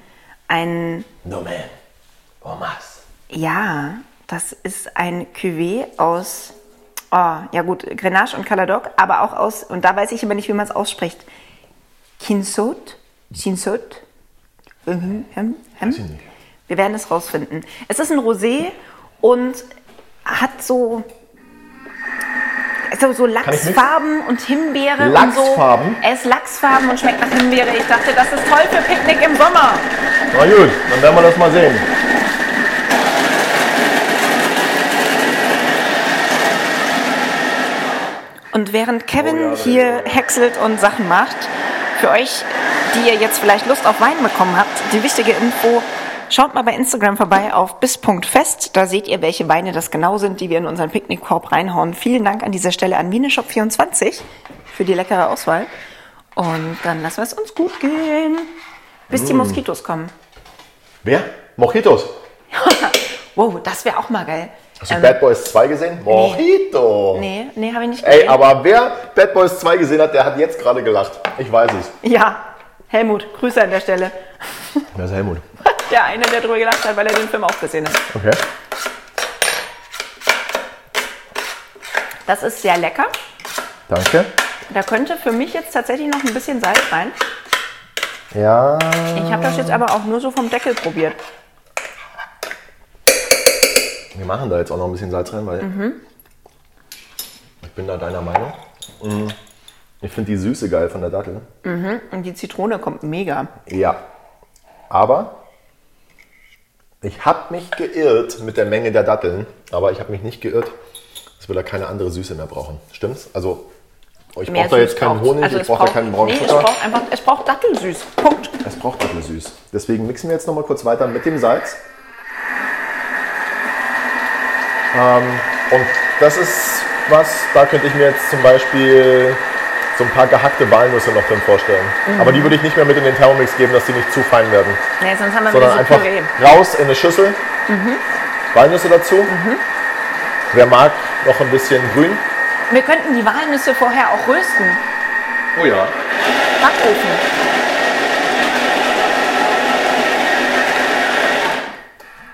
[SPEAKER 1] einen,
[SPEAKER 2] No man. Oh, mas.
[SPEAKER 1] ja, das ist ein Cuvée aus, oh, ja gut, Grenache und Caladoc, aber auch aus, und da weiß ich immer nicht, wie man es ausspricht, Kinsot, Kinsot, mhm, hem, hem.
[SPEAKER 2] Weiß ich nicht.
[SPEAKER 1] Wir werden es rausfinden. Es ist ein Rosé und hat so, also so
[SPEAKER 2] ich mit?
[SPEAKER 1] Lachsfarben und Himbeere.
[SPEAKER 2] Lachsfarben?
[SPEAKER 1] Und so. Er ist Lachsfarben und schmeckt nach Himbeere. Ich dachte, das ist toll für Picknick im Sommer.
[SPEAKER 2] Na gut, dann werden wir das mal sehen.
[SPEAKER 1] Und während
[SPEAKER 2] Oh ja,
[SPEAKER 1] Kevin
[SPEAKER 2] das-
[SPEAKER 1] hier häckselt und Sachen macht, für euch, die ihr jetzt vielleicht Lust auf Wein bekommen habt, die wichtige Info, schaut mal bei Instagram vorbei auf bis.fest. Da seht ihr, welche Weine das genau sind, die wir in unseren Picknickkorb reinhauen. Vielen Dank an dieser Stelle an Wieneshop24 für die leckere Auswahl. Und dann lassen wir es uns gut gehen, bis
[SPEAKER 2] Mm.
[SPEAKER 1] die Moskitos kommen.
[SPEAKER 2] Wer? Mojitos.
[SPEAKER 1] Wow, das wäre auch mal geil.
[SPEAKER 2] Hast du Bad Boys 2 gesehen? Mojito.
[SPEAKER 1] Ähm, Nee, nee, habe ich nicht
[SPEAKER 2] Oh. Ey, aber wer Bad Boys 2 gesehen hat, der hat jetzt gerade gelacht. Ich weiß es.
[SPEAKER 1] ja, Helmut, Grüße an der Stelle.
[SPEAKER 2] Wer ist Helmut?
[SPEAKER 1] Der eine, der drüber gelacht hat, weil er den Film auch gesehen hat.
[SPEAKER 2] Okay.
[SPEAKER 1] Das ist sehr lecker.
[SPEAKER 2] Danke.
[SPEAKER 1] Da könnte für mich jetzt tatsächlich noch ein bisschen Salz rein.
[SPEAKER 2] Ja.
[SPEAKER 1] Ich habe das jetzt aber auch nur so vom Deckel probiert.
[SPEAKER 2] Wir machen da jetzt auch noch ein bisschen Salz rein, weil
[SPEAKER 1] Mhm.
[SPEAKER 2] ich bin da deiner Meinung. Mm. Ich finde die Süße geil von der Dattel.
[SPEAKER 1] Und die Zitrone kommt mega.
[SPEAKER 2] Ja. Aber ich habe mich geirrt mit der Menge der Datteln, aber ich habe mich nicht geirrt, dass wir da keine andere Süße mehr brauchen. Stimmt's? Also ich brauche da jetzt keinen Honig, ich brauche da keinen braunen
[SPEAKER 1] nee, Also Es
[SPEAKER 2] Zucker.
[SPEAKER 1] braucht einfach, es braucht Dattelsüß. Punkt.
[SPEAKER 2] Es braucht Dattelsüß. Deswegen mixen wir jetzt noch mal kurz weiter mit dem Salz. Ähm, und das ist was, da könnte ich mir jetzt zum Beispiel so ein paar gehackte Walnüsse noch drin vorstellen.
[SPEAKER 1] Mhm.
[SPEAKER 2] Aber die würde ich nicht mehr mit in den Thermomix geben, dass die nicht zu fein werden.
[SPEAKER 1] Nee, sonst haben wir wieder
[SPEAKER 2] Sondern
[SPEAKER 1] so
[SPEAKER 2] einfach
[SPEAKER 1] Püree. Mhm.
[SPEAKER 2] raus in eine Schüssel. Walnüsse dazu. Wer mag, noch ein bisschen grün.
[SPEAKER 1] Wir könnten die Walnüsse vorher auch rösten.
[SPEAKER 2] Oh ja.
[SPEAKER 1] Backofen.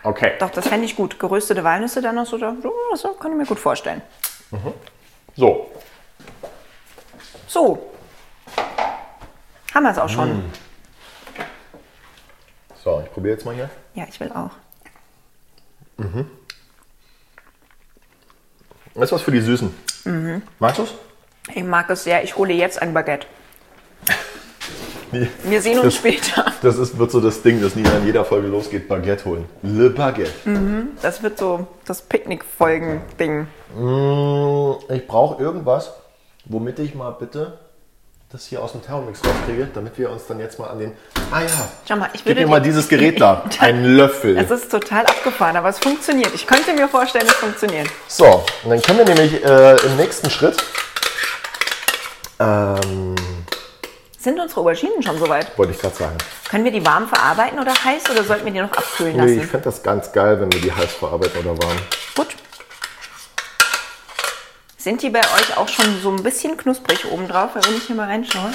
[SPEAKER 2] Okay.
[SPEAKER 1] Doch, das fände ich gut. Geröstete Walnüsse dann noch so. Da, oh, das kann ich mir gut vorstellen.
[SPEAKER 2] So,
[SPEAKER 1] So. Haben wir es auch schon.
[SPEAKER 2] Mm. so ich probiere jetzt mal hier.
[SPEAKER 1] Ja, ich will auch.
[SPEAKER 2] Das ist was für die Süßen.
[SPEAKER 1] Mhm.
[SPEAKER 2] Magst du's?
[SPEAKER 1] Ich mag es sehr. Ich hole jetzt ein Baguette.
[SPEAKER 2] Nee.
[SPEAKER 1] Wir sehen uns
[SPEAKER 2] Das-
[SPEAKER 1] später.
[SPEAKER 2] Das ist, wird so das Ding, dass Nina in jeder Folge losgeht, Baguette holen. Le Baguette.
[SPEAKER 1] Hm. Das wird so das Picknick-Folgen-Ding.
[SPEAKER 2] Mm, Ich brauche irgendwas, womit ich mal bitte das hier aus dem Thermomix rauskriege, damit wir uns dann jetzt mal an den Ah ja.
[SPEAKER 1] Schau mal, ich
[SPEAKER 2] Gib
[SPEAKER 1] würde
[SPEAKER 2] mir mal
[SPEAKER 1] dir-
[SPEAKER 2] dieses Gerät da. Ein
[SPEAKER 1] Es
[SPEAKER 2] Löffel.
[SPEAKER 1] ist total abgefahren, aber es funktioniert. Ich könnte mir vorstellen, es funktioniert.
[SPEAKER 2] So, und dann können wir nämlich äh, im nächsten Schritt. Ähm,
[SPEAKER 1] Sind unsere Auberginen schon soweit?
[SPEAKER 2] wollte ich gerade sagen.
[SPEAKER 1] Können wir die warm verarbeiten oder heiß oder sollten wir die noch abkühlen
[SPEAKER 2] Nee, ich
[SPEAKER 1] lassen?
[SPEAKER 2] finde das ganz geil, wenn wir die heiß verarbeiten oder warm.
[SPEAKER 1] Gut. Sind die bei euch auch schon so ein bisschen knusprig obendrauf, wenn ich hier mal reinschaue?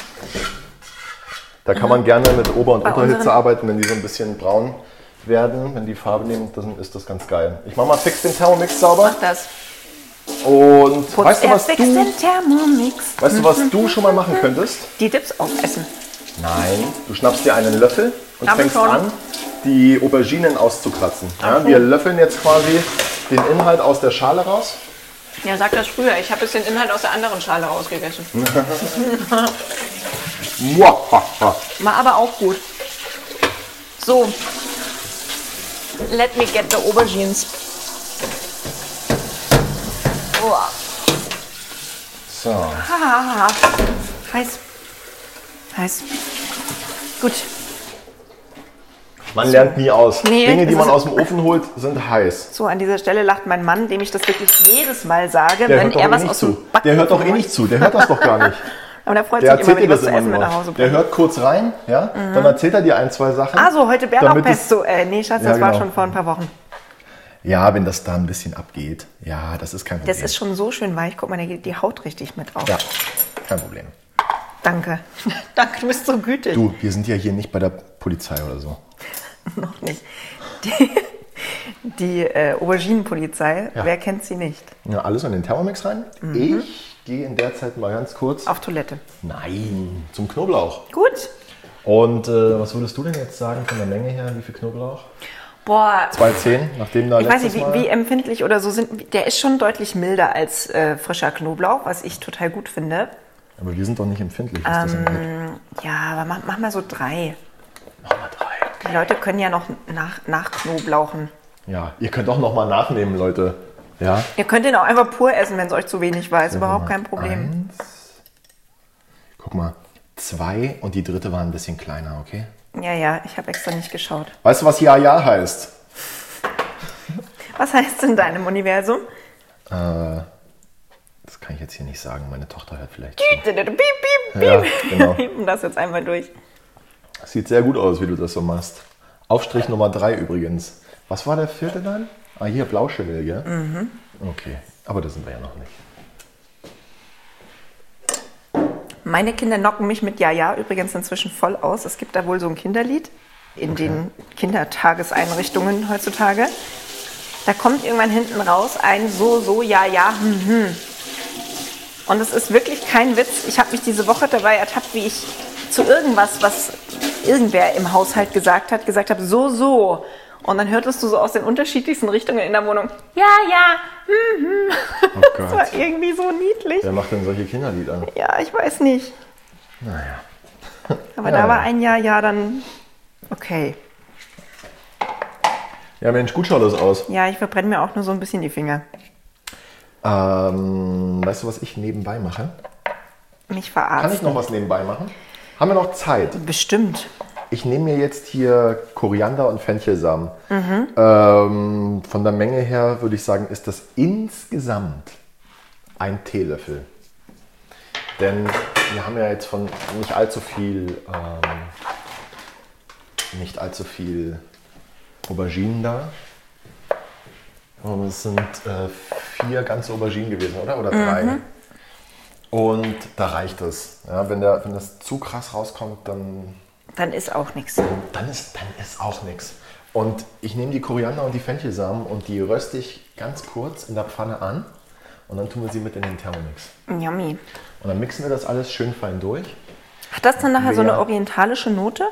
[SPEAKER 2] Da kann man gerne mit Ober- und
[SPEAKER 1] Bei
[SPEAKER 2] Unterhitze
[SPEAKER 1] unseren-
[SPEAKER 2] arbeiten, wenn die so ein bisschen braun werden. Wenn die Farbe nehmen, dann ist das ganz geil. Ich mache mal fix den Thermomix sauber.
[SPEAKER 1] Mach das.
[SPEAKER 2] Und
[SPEAKER 1] Putz
[SPEAKER 2] weißt du,
[SPEAKER 1] er
[SPEAKER 2] was
[SPEAKER 1] fix
[SPEAKER 2] du,
[SPEAKER 1] den Mhm. Thermomix.
[SPEAKER 2] weißt du, was du schon mal machen könntest?
[SPEAKER 1] Die Dips aufessen.
[SPEAKER 2] Nein. Du schnappst dir einen Löffel und
[SPEAKER 1] Hab ich
[SPEAKER 2] fängst
[SPEAKER 1] schon.
[SPEAKER 2] an, die Auberginen auszukratzen. Ja, wir löffeln jetzt quasi den Inhalt aus der Schale raus.
[SPEAKER 1] Ja, sag das früher. Ich habe jetzt den Inhalt aus der anderen Schale rausgegessen.
[SPEAKER 2] Muahaha.
[SPEAKER 1] War aber auch gut. So. Let me get the Aubergines. Boah.
[SPEAKER 2] So.
[SPEAKER 1] Hahaha. Heiß. Heiß. Gut.
[SPEAKER 2] Man lernt nie aus.
[SPEAKER 1] Nee,
[SPEAKER 2] Dinge, die
[SPEAKER 1] das
[SPEAKER 2] man
[SPEAKER 1] ist-
[SPEAKER 2] aus dem Ofen holt, sind heiß.
[SPEAKER 1] So, an dieser Stelle lacht mein Mann, dem ich das wirklich jedes Mal sage,
[SPEAKER 2] Der
[SPEAKER 1] wenn
[SPEAKER 2] hört doch
[SPEAKER 1] er
[SPEAKER 2] eh
[SPEAKER 1] was
[SPEAKER 2] nicht
[SPEAKER 1] aus
[SPEAKER 2] zu.
[SPEAKER 1] dem Backen
[SPEAKER 2] Der hört doch eh nicht zu. Der hört das doch gar nicht.
[SPEAKER 1] Aber der freut
[SPEAKER 2] Der
[SPEAKER 1] sich immer, wenn
[SPEAKER 2] erzählt dir
[SPEAKER 1] ich was
[SPEAKER 2] das
[SPEAKER 1] zu
[SPEAKER 2] immer
[SPEAKER 1] essen mit nach
[SPEAKER 2] nur.
[SPEAKER 1] Hause
[SPEAKER 2] Der
[SPEAKER 1] bringe.
[SPEAKER 2] hört kurz rein, ja? Dann erzählt er dir ein, zwei Sachen.
[SPEAKER 1] Also, heute
[SPEAKER 2] damit es-
[SPEAKER 1] Bärlauchpesto. Äh, nee, Schatz,
[SPEAKER 2] Ja,
[SPEAKER 1] das war
[SPEAKER 2] genau.
[SPEAKER 1] schon vor ein paar Wochen.
[SPEAKER 2] Ja, wenn das da ein bisschen abgeht. Ja, das ist kein Problem.
[SPEAKER 1] Das ist schon so schön weich. Guck mal, da geht die Haut richtig mit auf.
[SPEAKER 2] Ja, kein Problem.
[SPEAKER 1] Danke. Danke, du bist so gütig.
[SPEAKER 2] Du, wir sind ja hier nicht bei der Polizei oder so.
[SPEAKER 1] Noch nicht. Die, die äh, Auberginenpolizei,
[SPEAKER 2] Ja.
[SPEAKER 1] wer kennt sie nicht?
[SPEAKER 2] Ja, alles in den Thermomix rein. Ich gehe in der Zeit mal ganz kurz.
[SPEAKER 1] Mhm. Auf Toilette.
[SPEAKER 2] Nein, zum Knoblauch.
[SPEAKER 1] Gut.
[SPEAKER 2] Und äh, was würdest du denn jetzt sagen von der Menge her? Wie viel Knoblauch?
[SPEAKER 1] Boah,
[SPEAKER 2] 2,10, nachdem da
[SPEAKER 1] ich weiß
[SPEAKER 2] letztes
[SPEAKER 1] nicht, wie,
[SPEAKER 2] Mal...
[SPEAKER 1] wie empfindlich oder so sind. Der ist schon deutlich milder als äh, frischer Knoblauch, was ich total gut finde. Mm,
[SPEAKER 2] Aber wir sind doch nicht empfindlich, was
[SPEAKER 1] Ähm.
[SPEAKER 2] das angeht.
[SPEAKER 1] Ja, aber mach, mach mal so drei.
[SPEAKER 2] Mach mal drei.
[SPEAKER 1] Die Leute können ja noch nach, nachknoblauchen.
[SPEAKER 2] Ja, ihr könnt auch nochmal nachnehmen, Leute. Ja,
[SPEAKER 1] Ihr könnt den auch einfach pur essen, wenn es euch zu wenig war. Ist überhaupt kein Problem.
[SPEAKER 2] Eins. Guck mal, zwei und die dritte war ein bisschen kleiner, okay?
[SPEAKER 1] Ja, ja, ich habe extra nicht geschaut.
[SPEAKER 2] Weißt du, was Ja Ja heißt?
[SPEAKER 1] Was heißt in deinem Universum?
[SPEAKER 2] Äh, das kann ich jetzt hier nicht sagen, meine Tochter hört vielleicht.
[SPEAKER 1] Piep,
[SPEAKER 2] Zu.
[SPEAKER 1] piep, piep.
[SPEAKER 2] Ja, genau.
[SPEAKER 1] Piepen das jetzt einmal durch.
[SPEAKER 2] Sieht sehr gut aus, wie du das so machst. Aufstrich Nummer drei übrigens. Was war der vierte dann? Ah, hier, Blauschimmel, gell? Mhm. Okay, aber da sind wir ja noch nicht.
[SPEAKER 1] Meine Kinder knocken mich mit Ja-Ja übrigens inzwischen voll aus. Es gibt da wohl so ein Kinderlied in den Kindertageseinrichtungen heutzutage. Da kommt irgendwann hinten raus ein so, so, ja, ja, hm, hm. Und es ist wirklich kein Witz. Ich habe mich diese Woche dabei ertappt, wie ich zu irgendwas, was irgendwer im Haushalt gesagt hat, gesagt habe, so, so. Und dann hörtest du so aus den unterschiedlichsten Richtungen in der Wohnung, ja, ja, hm, hm.
[SPEAKER 2] Oh
[SPEAKER 1] Das war
[SPEAKER 2] Gott.
[SPEAKER 1] irgendwie so niedlich.
[SPEAKER 2] Wer macht denn solche Kinderlieder?
[SPEAKER 1] Ja, ich weiß nicht.
[SPEAKER 2] Naja.
[SPEAKER 1] Aber
[SPEAKER 2] Ja.
[SPEAKER 1] da war ein Jahr, ja, dann. Okay.
[SPEAKER 2] Ja, Mensch, gut schaut das aus.
[SPEAKER 1] Ja, ich verbrenne mir auch nur so ein bisschen die Finger.
[SPEAKER 2] Ähm, weißt du, was ich nebenbei mache?
[SPEAKER 1] Mich
[SPEAKER 2] Kann ich
[SPEAKER 1] verarscht.
[SPEAKER 2] noch was nebenbei machen? Haben wir noch Zeit?
[SPEAKER 1] Bestimmt.
[SPEAKER 2] Ich nehme mir jetzt hier Koriander und Fenchelsamen. Ähm, von der Menge her würde ich sagen, ist das insgesamt ein Teelöffel. Denn wir haben ja jetzt von nicht allzu viel, ähm, nicht allzu viel Auberginen da. Und es sind äh, vier ganze Auberginen gewesen, oder? Oder drei. Und da reicht es. Ja, wenn, der, wenn das zu krass rauskommt, dann
[SPEAKER 1] Dann ist auch nichts.
[SPEAKER 2] dann ist, dann ist auch nichts. Und ich nehme die Koriander und die Fenchelsamen und die röste ich ganz kurz in der Pfanne an und dann tun wir sie mit in den Thermomix.
[SPEAKER 1] Yummy.
[SPEAKER 2] Und dann mixen wir das alles schön fein durch.
[SPEAKER 1] Hat das dann nachher so
[SPEAKER 2] Ja.
[SPEAKER 1] eine orientalische Note?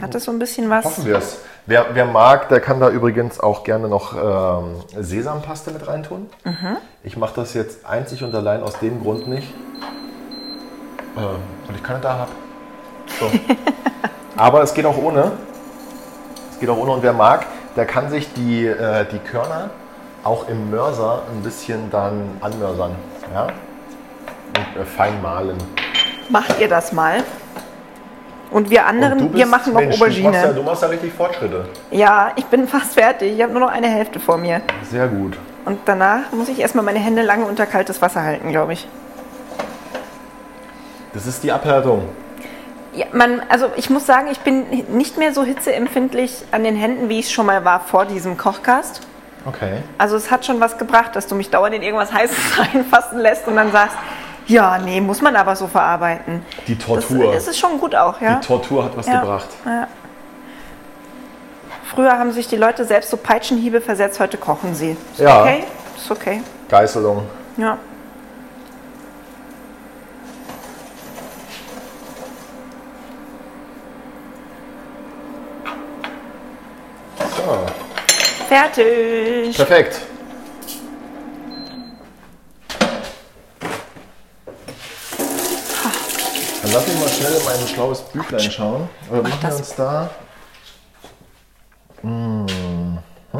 [SPEAKER 1] Hat das so ein bisschen was?
[SPEAKER 2] Hoffen wir es. Wer, wer mag, der kann da übrigens auch gerne noch ähm, Sesampaste mit reintun.
[SPEAKER 1] Mhm.
[SPEAKER 2] Ich mache das jetzt einzig und allein aus dem Grund nicht, äh, weil ich keine da habe. So. Aber es geht auch ohne. Es geht auch ohne und wer mag, der kann sich die, äh, die Körner auch im Mörser ein bisschen dann anmörsern. Ja? Und äh, fein mahlen.
[SPEAKER 1] Macht ihr das mal? Und wir anderen, wir machen noch
[SPEAKER 2] Mensch, Du machst, ja,
[SPEAKER 1] Aubergine.
[SPEAKER 2] du machst ja richtig Fortschritte.
[SPEAKER 1] Ja, ich bin fast fertig. Ich habe nur noch eine Hälfte vor mir.
[SPEAKER 2] Sehr gut.
[SPEAKER 1] Und danach muss ich erstmal meine Hände lange unter kaltes Wasser halten, glaube ich.
[SPEAKER 2] Das ist die Abhärtung.
[SPEAKER 1] Ja, man, also ich muss sagen, ich bin nicht mehr so hitzeempfindlich an den Händen, wie ich es schon mal war vor diesem Kochcast.
[SPEAKER 2] Okay.
[SPEAKER 1] Also es hat schon was gebracht, dass du mich dauernd in irgendwas Heißes reinfassen lässt und dann sagst, ja, nee, muss man aber so verarbeiten.
[SPEAKER 2] Die Tortur.
[SPEAKER 1] Das, das ist schon gut auch, ja.
[SPEAKER 2] Die Tortur hat was
[SPEAKER 1] Ja.
[SPEAKER 2] gebracht.
[SPEAKER 1] Ja. Früher haben sich die Leute selbst so Peitschenhiebe versetzt, heute kochen sie. Ist
[SPEAKER 2] Ja.
[SPEAKER 1] okay? Ist okay.
[SPEAKER 2] Geißelung.
[SPEAKER 1] Ja.
[SPEAKER 2] Ja.
[SPEAKER 1] Fertig.
[SPEAKER 2] Perfekt. Dann lass mich mal schnell in mein schlaues Büchlein schauen. Oder machen wir
[SPEAKER 1] das.
[SPEAKER 2] uns da?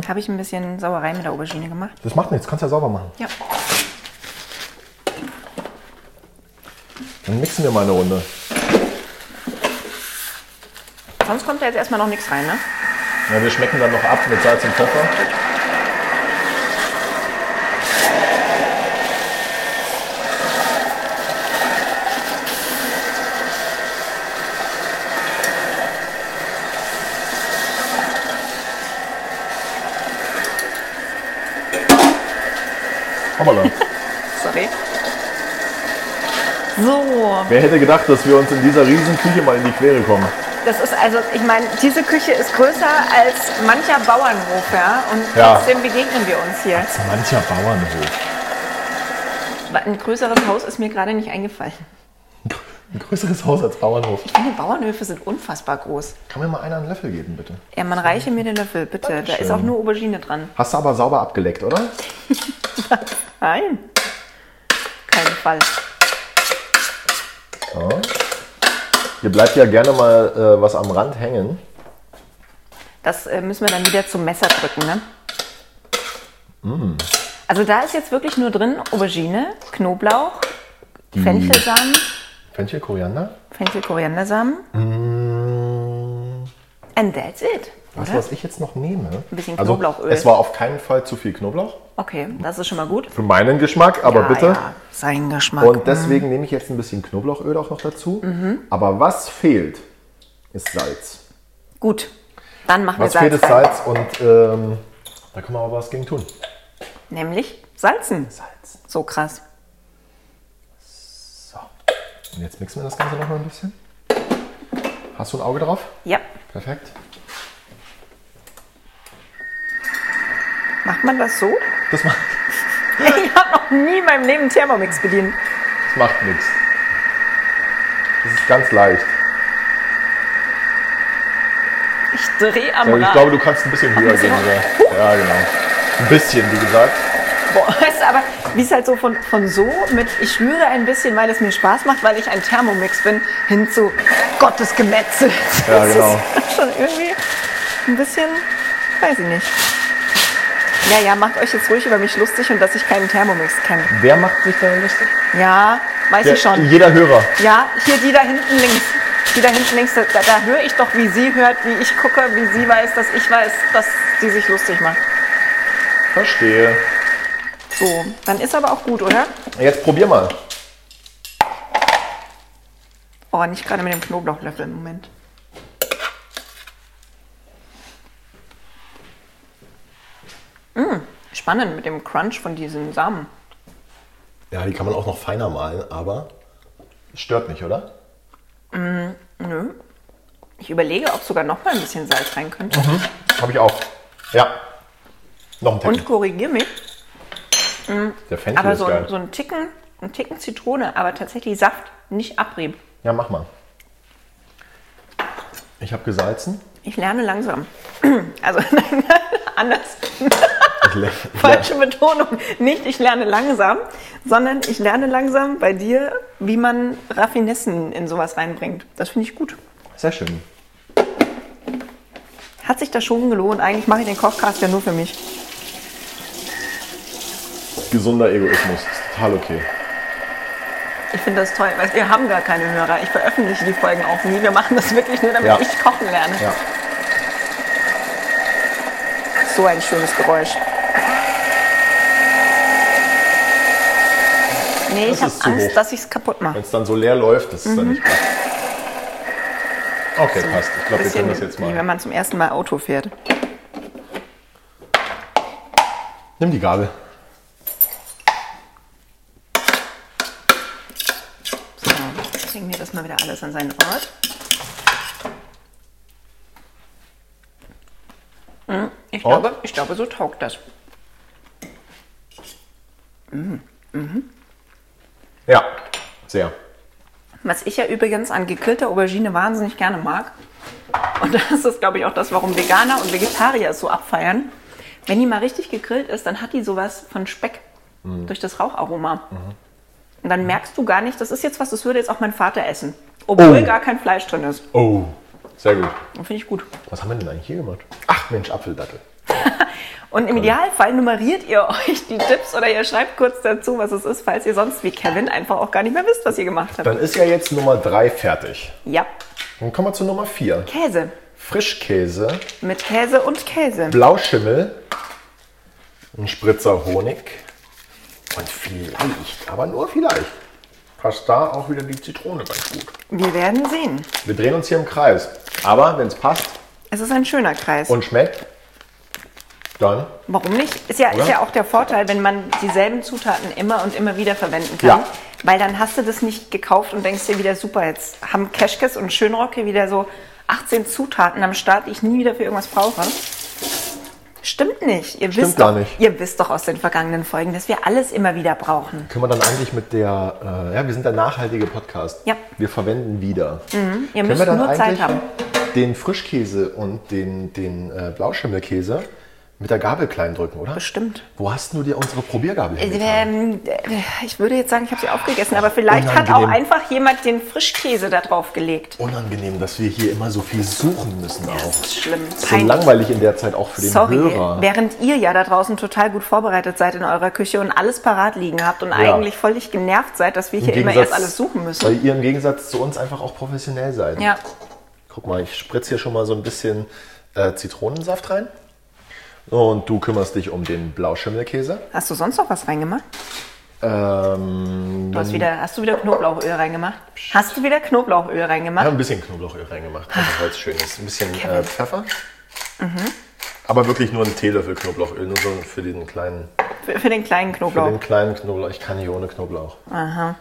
[SPEAKER 1] Habe ich ein bisschen Sauerei mit der Aubergine gemacht?
[SPEAKER 2] Das macht nichts, kannst ja sauber machen.
[SPEAKER 1] Ja.
[SPEAKER 2] Dann mixen wir mal eine Runde.
[SPEAKER 1] Sonst kommt da jetzt erstmal noch nichts rein, ne?
[SPEAKER 2] Ja, wir schmecken dann noch ab mit Salz und Pfeffer. Hoppala.
[SPEAKER 1] Sorry. So,
[SPEAKER 2] Wer hätte gedacht, dass wir uns in dieser riesen Küche mal in die Quere kommen?
[SPEAKER 1] das ist also, ich meine, diese Küche ist größer als mancher Bauernhof, ja? Und
[SPEAKER 2] Ja.
[SPEAKER 1] trotzdem begegnen wir uns hier.
[SPEAKER 2] Mancher Bauernhof.
[SPEAKER 1] Ein größeres Haus ist mir gerade nicht eingefallen.
[SPEAKER 2] Ein größeres Haus als Bauernhof.
[SPEAKER 1] Ich finde, Bauernhöfe sind unfassbar groß.
[SPEAKER 2] Kann mir mal einer einen Löffel geben, bitte?
[SPEAKER 1] Ja, man reiche mir den Löffel, bitte. Da ist auch nur Aubergine dran.
[SPEAKER 2] Hast du aber sauber abgeleckt, oder?
[SPEAKER 1] Nein. Kein Fall.
[SPEAKER 2] Hier bleibt ja gerne mal äh, was am Rand hängen.
[SPEAKER 1] Das äh, müssen wir dann wieder zum Messer drücken, ne? Also da ist jetzt wirklich nur drin Aubergine, Knoblauch, Fenchelsamen,
[SPEAKER 2] Fenchel, Koriander?
[SPEAKER 1] Fenchel-Koriandersamen.
[SPEAKER 2] Mm.
[SPEAKER 1] And that's it.
[SPEAKER 2] Weißt du, was ich jetzt noch nehme? Ein
[SPEAKER 1] bisschen Knoblauchöl.
[SPEAKER 2] Es war auf keinen Fall zu viel Knoblauch.
[SPEAKER 1] Okay, das ist schon mal gut.
[SPEAKER 2] Für meinen Geschmack, aber
[SPEAKER 1] Ah,
[SPEAKER 2] bitte.
[SPEAKER 1] Ja, sein Geschmack.
[SPEAKER 2] Und deswegen nehme ich jetzt ein bisschen Knoblauchöl auch noch dazu.
[SPEAKER 1] Mhm.
[SPEAKER 2] Aber was fehlt, ist Salz.
[SPEAKER 1] gut, dann machen
[SPEAKER 2] Was
[SPEAKER 1] wir
[SPEAKER 2] fehlt,
[SPEAKER 1] Salz.
[SPEAKER 2] ist Salz und ähm, da können wir aber was gegen tun.
[SPEAKER 1] rein. Nämlich Salzen.
[SPEAKER 2] Salz.
[SPEAKER 1] So krass.
[SPEAKER 2] So. Und jetzt mixen wir das Ganze noch mal ein bisschen. Hast du ein Auge drauf?
[SPEAKER 1] Ja,
[SPEAKER 2] Perfekt.
[SPEAKER 1] macht man das so?
[SPEAKER 2] Das macht,
[SPEAKER 1] Ich habe noch nie in meinem Leben Thermomix bedient.
[SPEAKER 2] das macht nichts. Das ist ganz leicht.
[SPEAKER 1] Ich drehe am
[SPEAKER 2] Ja,
[SPEAKER 1] Rad.
[SPEAKER 2] ich glaube, du kannst ein bisschen höher gehen. Oder? Ja, genau. Ein bisschen, wie gesagt.
[SPEAKER 1] Boah, ist aber wie es halt so von, von so mit ich schwöre ein bisschen, weil es mir Spaß macht, weil ich ein Thermomix bin, hin zu Gottes Gemetzel.
[SPEAKER 2] Ja, genau.
[SPEAKER 1] Das ist schon irgendwie ein bisschen, weiß ich nicht. Ja, ja, macht euch jetzt ruhig über mich lustig und dass ich keinen Thermomix kenne.
[SPEAKER 2] Wer macht sich da lustig?
[SPEAKER 1] Ja, weiß ich schon.
[SPEAKER 2] Jeder Hörer.
[SPEAKER 1] Ja, hier die da hinten links. Die da hinten links, da, da höre ich doch, wie sie hört, wie ich gucke, wie sie weiß, dass ich weiß, dass sie sich lustig macht.
[SPEAKER 2] Verstehe.
[SPEAKER 1] So, dann ist aber auch gut, oder?
[SPEAKER 2] Jetzt probier mal.
[SPEAKER 1] Oh, nicht gerade mit dem Knoblauchlöffel im Moment. Mm, spannend mit dem Crunch von diesem Samen.
[SPEAKER 2] Ja, die kann man auch noch feiner malen, aber stört nicht, oder?
[SPEAKER 1] Ich überlege, ob sogar noch mal ein bisschen Salz rein könnte.
[SPEAKER 2] Habe ich auch. Ja. Noch ein
[SPEAKER 1] Und
[SPEAKER 2] Teppich.
[SPEAKER 1] korrigiere mich,
[SPEAKER 2] Der Fenchel
[SPEAKER 1] aber
[SPEAKER 2] ist
[SPEAKER 1] so,
[SPEAKER 2] geil.
[SPEAKER 1] ein- so einen Ticken, einen Ticken Zitrone, aber tatsächlich Saft, nicht Abrieb.
[SPEAKER 2] Ja, mach mal. Ich habe gesalzen.
[SPEAKER 1] Ich lerne langsam. Also nein, anders.
[SPEAKER 2] Ich le-
[SPEAKER 1] Falsche Betonung. Nicht ich lerne langsam, sondern ich lerne langsam bei dir, wie man Raffinessen in sowas reinbringt. Das finde ich gut.
[SPEAKER 2] Sehr schön.
[SPEAKER 1] Hat sich das schon gelohnt. Eigentlich mache ich den Kochcast ja nur für mich.
[SPEAKER 2] Gesunder Egoismus. Ist total okay.
[SPEAKER 1] Ich finde das toll, weil wir haben gar keine Hörer. Ich veröffentliche die Folgen auch nie. Wir machen das wirklich nur, damit
[SPEAKER 2] Ja.
[SPEAKER 1] ich kochen lerne.
[SPEAKER 2] Ja.
[SPEAKER 1] So ein schönes Geräusch. Nee,
[SPEAKER 2] Das
[SPEAKER 1] ich habe
[SPEAKER 2] ist zu
[SPEAKER 1] Angst,
[SPEAKER 2] hoch.
[SPEAKER 1] dass ich es kaputt mache.
[SPEAKER 2] Wenn es dann so leer läuft, das ist
[SPEAKER 1] Mhm.
[SPEAKER 2] dann nicht gut. Okay, passt. Ich glaube, wir können das jetzt
[SPEAKER 1] wie wenn
[SPEAKER 2] mal.
[SPEAKER 1] man zum ersten Mal Auto fährt.
[SPEAKER 2] Nimm die Gabel.
[SPEAKER 1] So, bringen wir das mal wieder alles an seinen Ort. Hm, Ich
[SPEAKER 2] Und?
[SPEAKER 1] glaube, ich glaube, so taugt das.
[SPEAKER 2] Ja, sehr.
[SPEAKER 1] Was ich ja übrigens an gegrillter Aubergine wahnsinnig gerne mag. Und das ist, glaube ich, auch das, warum Veganer und Vegetarier es so abfeiern. Wenn die mal richtig gegrillt ist, dann hat die sowas von Speck
[SPEAKER 2] Mhm.
[SPEAKER 1] durch das Raucharoma. Und dann merkst du gar nicht, das ist jetzt was, das würde jetzt auch mein Vater essen. Obwohl
[SPEAKER 2] Oh.
[SPEAKER 1] gar kein Fleisch drin ist.
[SPEAKER 2] Oh, sehr gut.
[SPEAKER 1] Und Finde ich gut.
[SPEAKER 2] Was haben wir denn eigentlich hier gemacht? Ach Mensch, Apfeldattel.
[SPEAKER 1] Und im Idealfall nummeriert ihr euch die Tipps oder ihr schreibt kurz dazu, was es ist, falls ihr sonst wie Kevin einfach auch gar nicht mehr wisst, was ihr gemacht habt.
[SPEAKER 2] Dann ist ja jetzt Nummer 3 fertig.
[SPEAKER 1] Ja.
[SPEAKER 2] Dann kommen wir zu Nummer 4.
[SPEAKER 1] Käse.
[SPEAKER 2] Frischkäse,
[SPEAKER 1] Mit Käse und Käse.
[SPEAKER 2] Blauschimmel, ein Spritzer Honig und vielleicht, aber nur vielleicht, passt da auch wieder die Zitrone ganz gut.
[SPEAKER 1] Wir werden sehen.
[SPEAKER 2] Wir drehen uns hier im Kreis. Aber wenn es passt
[SPEAKER 1] Es ist ein schöner Kreis.
[SPEAKER 2] und schmeckt, dann
[SPEAKER 1] Warum nicht? Ist ja,
[SPEAKER 2] Oder?
[SPEAKER 1] ist ja auch der Vorteil, wenn man dieselben Zutaten immer und immer wieder verwenden kann.
[SPEAKER 2] Ja.
[SPEAKER 1] Weil dann hast du das nicht gekauft und denkst dir wieder, super, jetzt haben Keschkes und Schönrock hier wieder so 18 Zutaten am Start, die ich nie wieder für irgendwas brauche. Stimmt nicht. Ihr wisst,
[SPEAKER 2] gar
[SPEAKER 1] doch,
[SPEAKER 2] nicht.
[SPEAKER 1] ihr wisst doch aus den vergangenen Folgen, dass wir alles immer wieder brauchen.
[SPEAKER 2] können wir dann eigentlich mit der, äh, ja, wir sind der nachhaltige Podcast.
[SPEAKER 1] Ja. Mhm.
[SPEAKER 2] Wir verwenden wieder.
[SPEAKER 1] Ihr
[SPEAKER 2] Können
[SPEAKER 1] müsst
[SPEAKER 2] wir dann
[SPEAKER 1] nur Zeit
[SPEAKER 2] eigentlich
[SPEAKER 1] haben.
[SPEAKER 2] den Frischkäse und den, den äh, Blauschimmelkäse mit der Gabel klein drücken, oder?
[SPEAKER 1] Bestimmt.
[SPEAKER 2] Wo hast du dir unsere Probiergabel hingetan?
[SPEAKER 1] Ähm, ich würde jetzt sagen, ich habe sie aufgegessen, aber vielleicht hat auch
[SPEAKER 2] Unangenehm.
[SPEAKER 1] einfach jemand den Frischkäse da drauf gelegt.
[SPEAKER 2] Unangenehm, dass wir hier immer so viel suchen müssen auch.
[SPEAKER 1] Das ist schlimm.
[SPEAKER 2] So langweilig in der Zeit auch für den
[SPEAKER 1] Sorry,
[SPEAKER 2] Hörer.
[SPEAKER 1] während ihr ja da draußen total gut vorbereitet seid in eurer Küche und alles parat liegen habt und eigentlich völlig genervt seid, dass wir hier immer erst alles suchen müssen.
[SPEAKER 2] Weil ihr im Gegensatz zu uns einfach auch professionell seid.
[SPEAKER 1] Ja.
[SPEAKER 2] Guck mal, ich spritze hier schon mal so ein bisschen äh, Zitronensaft rein. Und du kümmerst dich um den Blauschimmelkäse.
[SPEAKER 1] Hast du sonst noch was reingemacht?
[SPEAKER 2] Ähm,
[SPEAKER 1] Du hast, wieder, hast du wieder Knoblauchöl reingemacht? Hast du wieder Knoblauchöl
[SPEAKER 2] ich
[SPEAKER 1] reingemacht?
[SPEAKER 2] habe ein bisschen Knoblauchöl reingemacht, einfach weil es schön ist. Ein bisschen äh, Pfeffer.
[SPEAKER 1] Mhm.
[SPEAKER 2] Aber wirklich nur einen Teelöffel Knoblauchöl, nur so für den kleinen,
[SPEAKER 1] Für, für den kleinen
[SPEAKER 2] für den
[SPEAKER 1] Knoblauch.
[SPEAKER 2] kleinen Knoblauch. Ich kann nicht ohne Knoblauch.
[SPEAKER 1] Aha.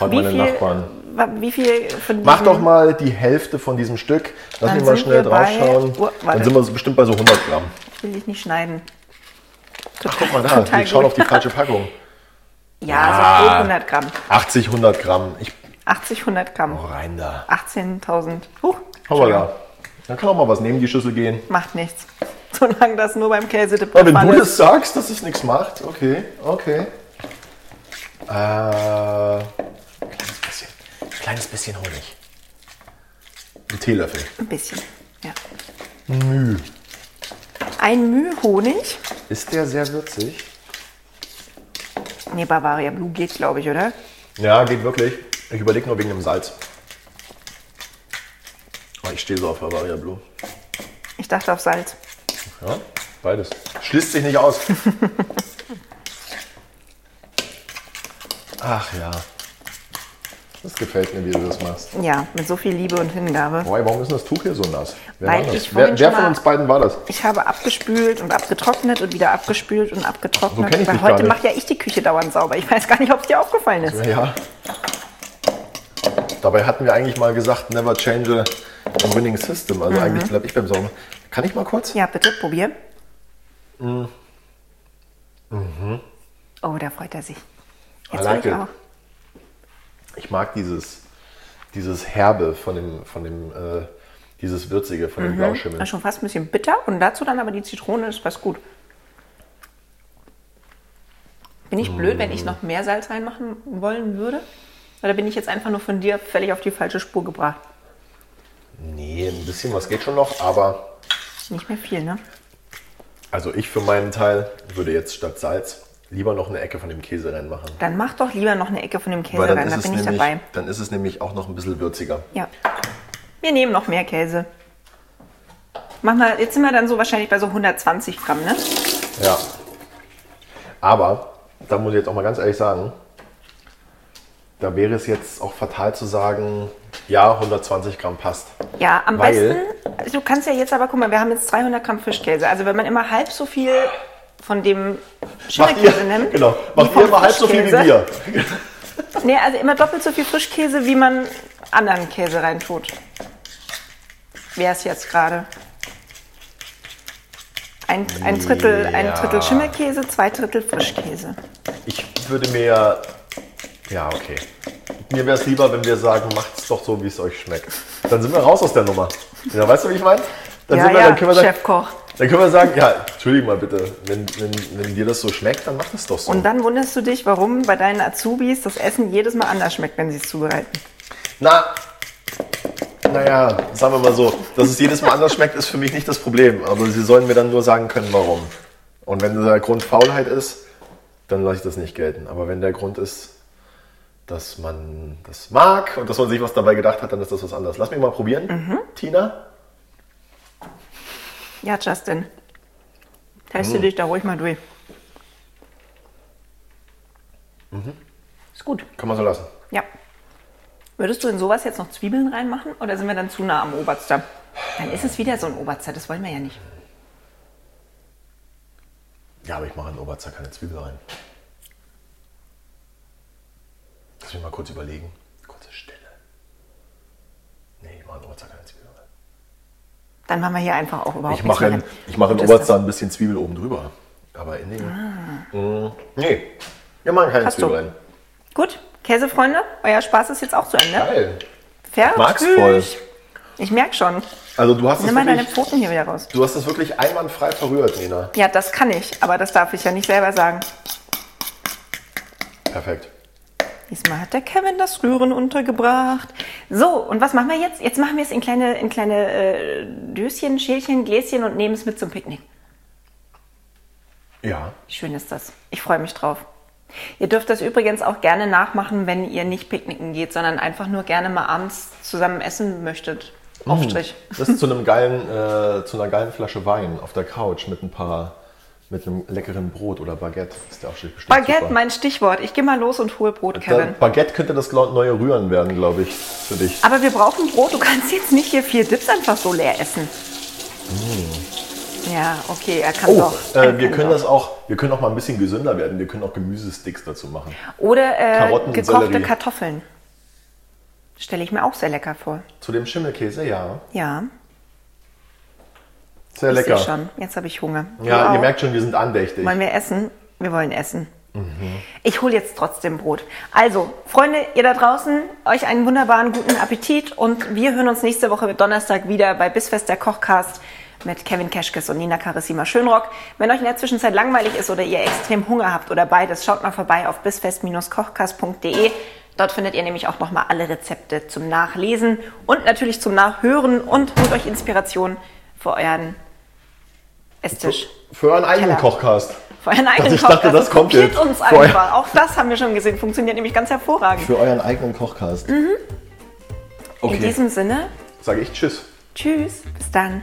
[SPEAKER 2] Haut meine Nachbarn.
[SPEAKER 1] wa- Wie viel von
[SPEAKER 2] Mach
[SPEAKER 1] diesem-
[SPEAKER 2] doch mal die Hälfte von diesem Stück. Lass
[SPEAKER 1] Dann
[SPEAKER 2] mich mal
[SPEAKER 1] sind
[SPEAKER 2] schnell
[SPEAKER 1] wir bei-
[SPEAKER 2] draufschauen.
[SPEAKER 1] Oh, warte.
[SPEAKER 2] Dann sind wir so bestimmt bei so 100 Gramm.
[SPEAKER 1] Will ich nicht schneiden. Total,
[SPEAKER 2] Guck mal da, wir schauen auf die falsche Packung.
[SPEAKER 1] Ja,
[SPEAKER 2] Ah.
[SPEAKER 1] also 100 Gramm.
[SPEAKER 2] 80, 100 Gramm. Ich
[SPEAKER 1] 80, 100 Gramm.
[SPEAKER 2] Oh, rein da.
[SPEAKER 1] 18.000. Huch,
[SPEAKER 2] Aber da. Da kann auch mal was neben die Schüssel gehen.
[SPEAKER 1] macht nichts. Solange das nur beim Käsedip
[SPEAKER 2] Ja, wenn
[SPEAKER 1] der
[SPEAKER 2] du
[SPEAKER 1] Fall
[SPEAKER 2] das sagst, dass es nichts macht, okay, okay. Äh, kleines bisschen, kleines bisschen Honig. Ein Teelöffel.
[SPEAKER 1] Ein bisschen, ja. Ein Müh Honig.
[SPEAKER 2] Ist der sehr würzig?
[SPEAKER 1] Nee, Bavaria Blue geht, glaube ich, oder?
[SPEAKER 2] Ja, geht wirklich. Ich überlege nur wegen dem Salz. Oh, ich stehe so auf Bavaria Blue.
[SPEAKER 1] Ich dachte auf Salz.
[SPEAKER 2] Ja, beides. Schließt sich nicht aus. Ach ja. Das gefällt mir, wie du das machst.
[SPEAKER 1] Ja, mit so viel Liebe und Hingabe.
[SPEAKER 2] Boah, warum ist denn das Tuch hier so nass? Wer
[SPEAKER 1] Weil
[SPEAKER 2] war das?
[SPEAKER 1] ich vorhin
[SPEAKER 2] wer wer
[SPEAKER 1] schon
[SPEAKER 2] von
[SPEAKER 1] mal-
[SPEAKER 2] uns beiden war das?
[SPEAKER 1] Ich habe abgespült und abgetrocknet und wieder abgespült und
[SPEAKER 2] So
[SPEAKER 1] abgetrocknet.
[SPEAKER 2] kenn ich
[SPEAKER 1] Weil
[SPEAKER 2] dich
[SPEAKER 1] heute
[SPEAKER 2] gar nicht.
[SPEAKER 1] macht ja ich die Küche dauernd sauber. Ich weiß gar nicht, ob es dir aufgefallen ist.
[SPEAKER 2] Ja. Dabei hatten wir eigentlich mal gesagt, never change a winning system. Also eigentlich bleibe ich beim Saugen. Kann ich mal kurz?
[SPEAKER 1] Mhm. Ja, bitte, probier.
[SPEAKER 2] Mm.
[SPEAKER 1] Oh, da freut er sich.
[SPEAKER 2] Mhm. I
[SPEAKER 1] Jetzt will
[SPEAKER 2] like
[SPEAKER 1] ich
[SPEAKER 2] it.
[SPEAKER 1] auch.
[SPEAKER 2] Ich mag dieses, dieses Herbe von dem, von dem äh, dieses Würzige, von
[SPEAKER 1] Mhm.
[SPEAKER 2] dem Blauschimmel.
[SPEAKER 1] Schon fast ein bisschen bitter und dazu dann aber die Zitrone ist fast gut. Bin ich blöd, wenn ich noch mehr Salz reinmachen wollen würde? Oder bin ich jetzt einfach nur von dir völlig auf die falsche Spur gebracht?
[SPEAKER 2] Nee, ein bisschen was geht schon noch, aber
[SPEAKER 1] Nicht mehr viel, ne?
[SPEAKER 2] Also ich für meinen Teil würde jetzt statt Salz lieber noch eine Ecke von dem Käse reinmachen.
[SPEAKER 1] Dann mach doch lieber noch eine Ecke von dem Käse
[SPEAKER 2] Weil dann,
[SPEAKER 1] rein,
[SPEAKER 2] ist
[SPEAKER 1] da
[SPEAKER 2] es
[SPEAKER 1] bin ich
[SPEAKER 2] nämlich,
[SPEAKER 1] dabei.
[SPEAKER 2] dann ist es nämlich auch noch ein bisschen würziger.
[SPEAKER 1] Ja. Wir nehmen noch mehr Käse. Mach mal, jetzt sind wir dann so wahrscheinlich bei so 120 Gramm, ne?
[SPEAKER 2] Ja. Aber, da muss ich jetzt auch mal ganz ehrlich sagen, da wäre es jetzt auch fatal zu sagen, ja, 120 Gramm passt.
[SPEAKER 1] Ja, am
[SPEAKER 2] Weil-
[SPEAKER 1] besten, du kannst ja jetzt aber, guck mal, wir haben jetzt 300 Gramm Fischkäse. Also wenn man immer halb so viel von dem
[SPEAKER 2] Macht ihr,
[SPEAKER 1] Schimmelkäse nimmt.
[SPEAKER 2] genau,
[SPEAKER 1] wie
[SPEAKER 2] macht
[SPEAKER 1] vom
[SPEAKER 2] ihr mal halb so viel wie
[SPEAKER 1] Frischkäse.
[SPEAKER 2] wir.
[SPEAKER 1] Nee, also immer doppelt so viel Frischkäse, wie man anderen Käse reintut. Wer ist jetzt gerade? Ein, ein Drittel, ein
[SPEAKER 2] Ja.
[SPEAKER 1] Drittel Schimmelkäse, zwei Drittel Frischkäse.
[SPEAKER 2] Ich würde mir, ja, okay. Mir wäre es lieber, wenn wir sagen, macht es doch so, wie es euch schmeckt. Dann sind wir raus aus der Nummer. Ja, weißt du, wie ich meine? Dann,
[SPEAKER 1] Ja,
[SPEAKER 2] sind wir,
[SPEAKER 1] ja,
[SPEAKER 2] dann, können wir sagen,
[SPEAKER 1] Chefkoch.
[SPEAKER 2] dann können wir sagen, ja, entschuldige mal bitte, wenn, wenn, wenn dir das so schmeckt, dann macht es doch so.
[SPEAKER 1] Und dann wunderst du dich, warum bei deinen Azubis das Essen jedes Mal anders schmeckt, wenn sie es zubereiten.
[SPEAKER 2] Na, naja, sagen wir mal so, dass es jedes Mal anders schmeckt, ist für mich nicht das Problem. Aber sie sollen mir dann nur sagen können, warum. Und wenn der Grund Faulheit ist, dann lasse ich das nicht gelten. Aber wenn der Grund ist, dass man das mag und dass man sich was dabei gedacht hat, dann ist das was anderes. Lass mich mal probieren, Tina.
[SPEAKER 1] Ja, Justin. Teste dich da ruhig mal durch. Ist gut.
[SPEAKER 2] Kann man so lassen.
[SPEAKER 1] Ja. Würdest du in sowas jetzt noch Zwiebeln reinmachen oder sind wir dann zu nah am Oberster? Dann ist es wieder so ein Oberster, das wollen wir ja nicht.
[SPEAKER 2] Ja, aber ich mache in Oberzer keine Zwiebel rein. Lass mich mal kurz überlegen. Kurze Stille. Nee, ich mache in Oberzer keine Zwiebel rein.
[SPEAKER 1] Dann machen wir hier einfach auch überhaupt
[SPEAKER 2] Ich mache, in,
[SPEAKER 1] nichts mehr rein.
[SPEAKER 2] ich mache in
[SPEAKER 1] Gutes
[SPEAKER 2] Oberster ein bisschen Zwiebel oben drüber. Aber in den.
[SPEAKER 1] Ah.
[SPEAKER 2] Mm, nee, wir machen keine
[SPEAKER 1] Passt
[SPEAKER 2] Zwiebel
[SPEAKER 1] so.
[SPEAKER 2] rein.
[SPEAKER 1] dann. Gut, Käsefreunde, euer Spaß ist jetzt auch zu Ende.
[SPEAKER 2] Geil.
[SPEAKER 1] Fertig.
[SPEAKER 2] Mag's voll.
[SPEAKER 1] Ich merke schon.
[SPEAKER 2] Also du hast, das
[SPEAKER 1] Nimm mal deine
[SPEAKER 2] wirklich,
[SPEAKER 1] Pfoten hier wieder raus.
[SPEAKER 2] du hast das wirklich einwandfrei verrührt, Nina.
[SPEAKER 1] Ja, das kann ich, aber das darf ich ja nicht selber sagen.
[SPEAKER 2] Perfekt.
[SPEAKER 1] Diesmal hat der Kevin das Rühren untergebracht. So, und was machen wir jetzt? Jetzt machen wir es in kleine, in kleine äh, Döschen, Schälchen, Gläschen und nehmen es mit zum Picknick.
[SPEAKER 2] Ja.
[SPEAKER 1] Wie Schön ist das. Ich freue mich drauf. Ihr dürft das übrigens auch gerne nachmachen, wenn ihr nicht picknicken geht, sondern einfach nur gerne mal abends zusammen essen möchtet.
[SPEAKER 2] Mm.
[SPEAKER 1] Aufstrich.
[SPEAKER 2] Das zu, einem geilen, äh, zu einer geilen Flasche Wein auf der Couch mit ein paar, mit einem leckeren Brot oder Baguette ist der Aufstrich bestimmt
[SPEAKER 1] Baguette,
[SPEAKER 2] super.
[SPEAKER 1] mein Stichwort. Ich gehe mal los und hole Brot,
[SPEAKER 2] da,
[SPEAKER 1] Kevin.
[SPEAKER 2] Baguette könnte das gla- neue Rühren werden, glaube ich, für dich.
[SPEAKER 1] Aber wir brauchen Brot. Du kannst jetzt nicht hier vier Dips einfach so leer essen. Ja, okay, er kann
[SPEAKER 2] Mm. Oh,
[SPEAKER 1] Ah, doch.
[SPEAKER 2] äh,
[SPEAKER 1] Er
[SPEAKER 2] wir
[SPEAKER 1] kann
[SPEAKER 2] können
[SPEAKER 1] doch.
[SPEAKER 2] das auch, wir können auch mal ein bisschen gesünder werden. Wir können auch Gemüsesticks dazu machen.
[SPEAKER 1] Oder
[SPEAKER 2] Karotten
[SPEAKER 1] äh,
[SPEAKER 2] und
[SPEAKER 1] gekochte
[SPEAKER 2] Sellerie.
[SPEAKER 1] Kartoffeln. Stelle ich mir auch sehr lecker vor.
[SPEAKER 2] Zu dem Schimmelkäse, ja.
[SPEAKER 1] Ja,
[SPEAKER 2] Sehr
[SPEAKER 1] ich
[SPEAKER 2] lecker.
[SPEAKER 1] sehe schon. Jetzt habe ich Hunger.
[SPEAKER 2] Ja,
[SPEAKER 1] Du
[SPEAKER 2] ihr
[SPEAKER 1] auch?
[SPEAKER 2] merkt schon, wir sind andächtig.
[SPEAKER 1] Wollen wir essen? Wir wollen essen. Ich hole jetzt trotzdem Brot. Also, Freunde, ihr da draußen, euch einen wunderbaren guten Appetit und wir hören uns nächste Woche Donnerstag wieder bei Bissfest der Kochcast mit Kevin Keschkes und Nina Carissima Schönrock. Wenn euch in der Zwischenzeit langweilig ist oder ihr extrem Hunger habt oder beides, schaut mal vorbei auf bissfest-kochcast.de. Dort findet ihr nämlich auch nochmal alle Rezepte zum Nachlesen und natürlich zum Nachhören und holt euch Inspiration für euren Esstisch.
[SPEAKER 2] Für euren eigenen
[SPEAKER 1] Teller.
[SPEAKER 2] Kochcast.
[SPEAKER 1] Für euren eigenen
[SPEAKER 2] Ich dachte,
[SPEAKER 1] Kochkast.
[SPEAKER 2] das kommt
[SPEAKER 1] kopiert
[SPEAKER 2] jetzt.
[SPEAKER 1] uns
[SPEAKER 2] Für euer-
[SPEAKER 1] einfach. Auch das haben wir schon gesehen. Funktioniert nämlich ganz hervorragend.
[SPEAKER 2] Für euren eigenen Kochcast.
[SPEAKER 1] Mhm. In
[SPEAKER 2] Okay,
[SPEAKER 1] diesem Sinne,
[SPEAKER 2] sage ich Tschüss.
[SPEAKER 1] tschüss, bis dann.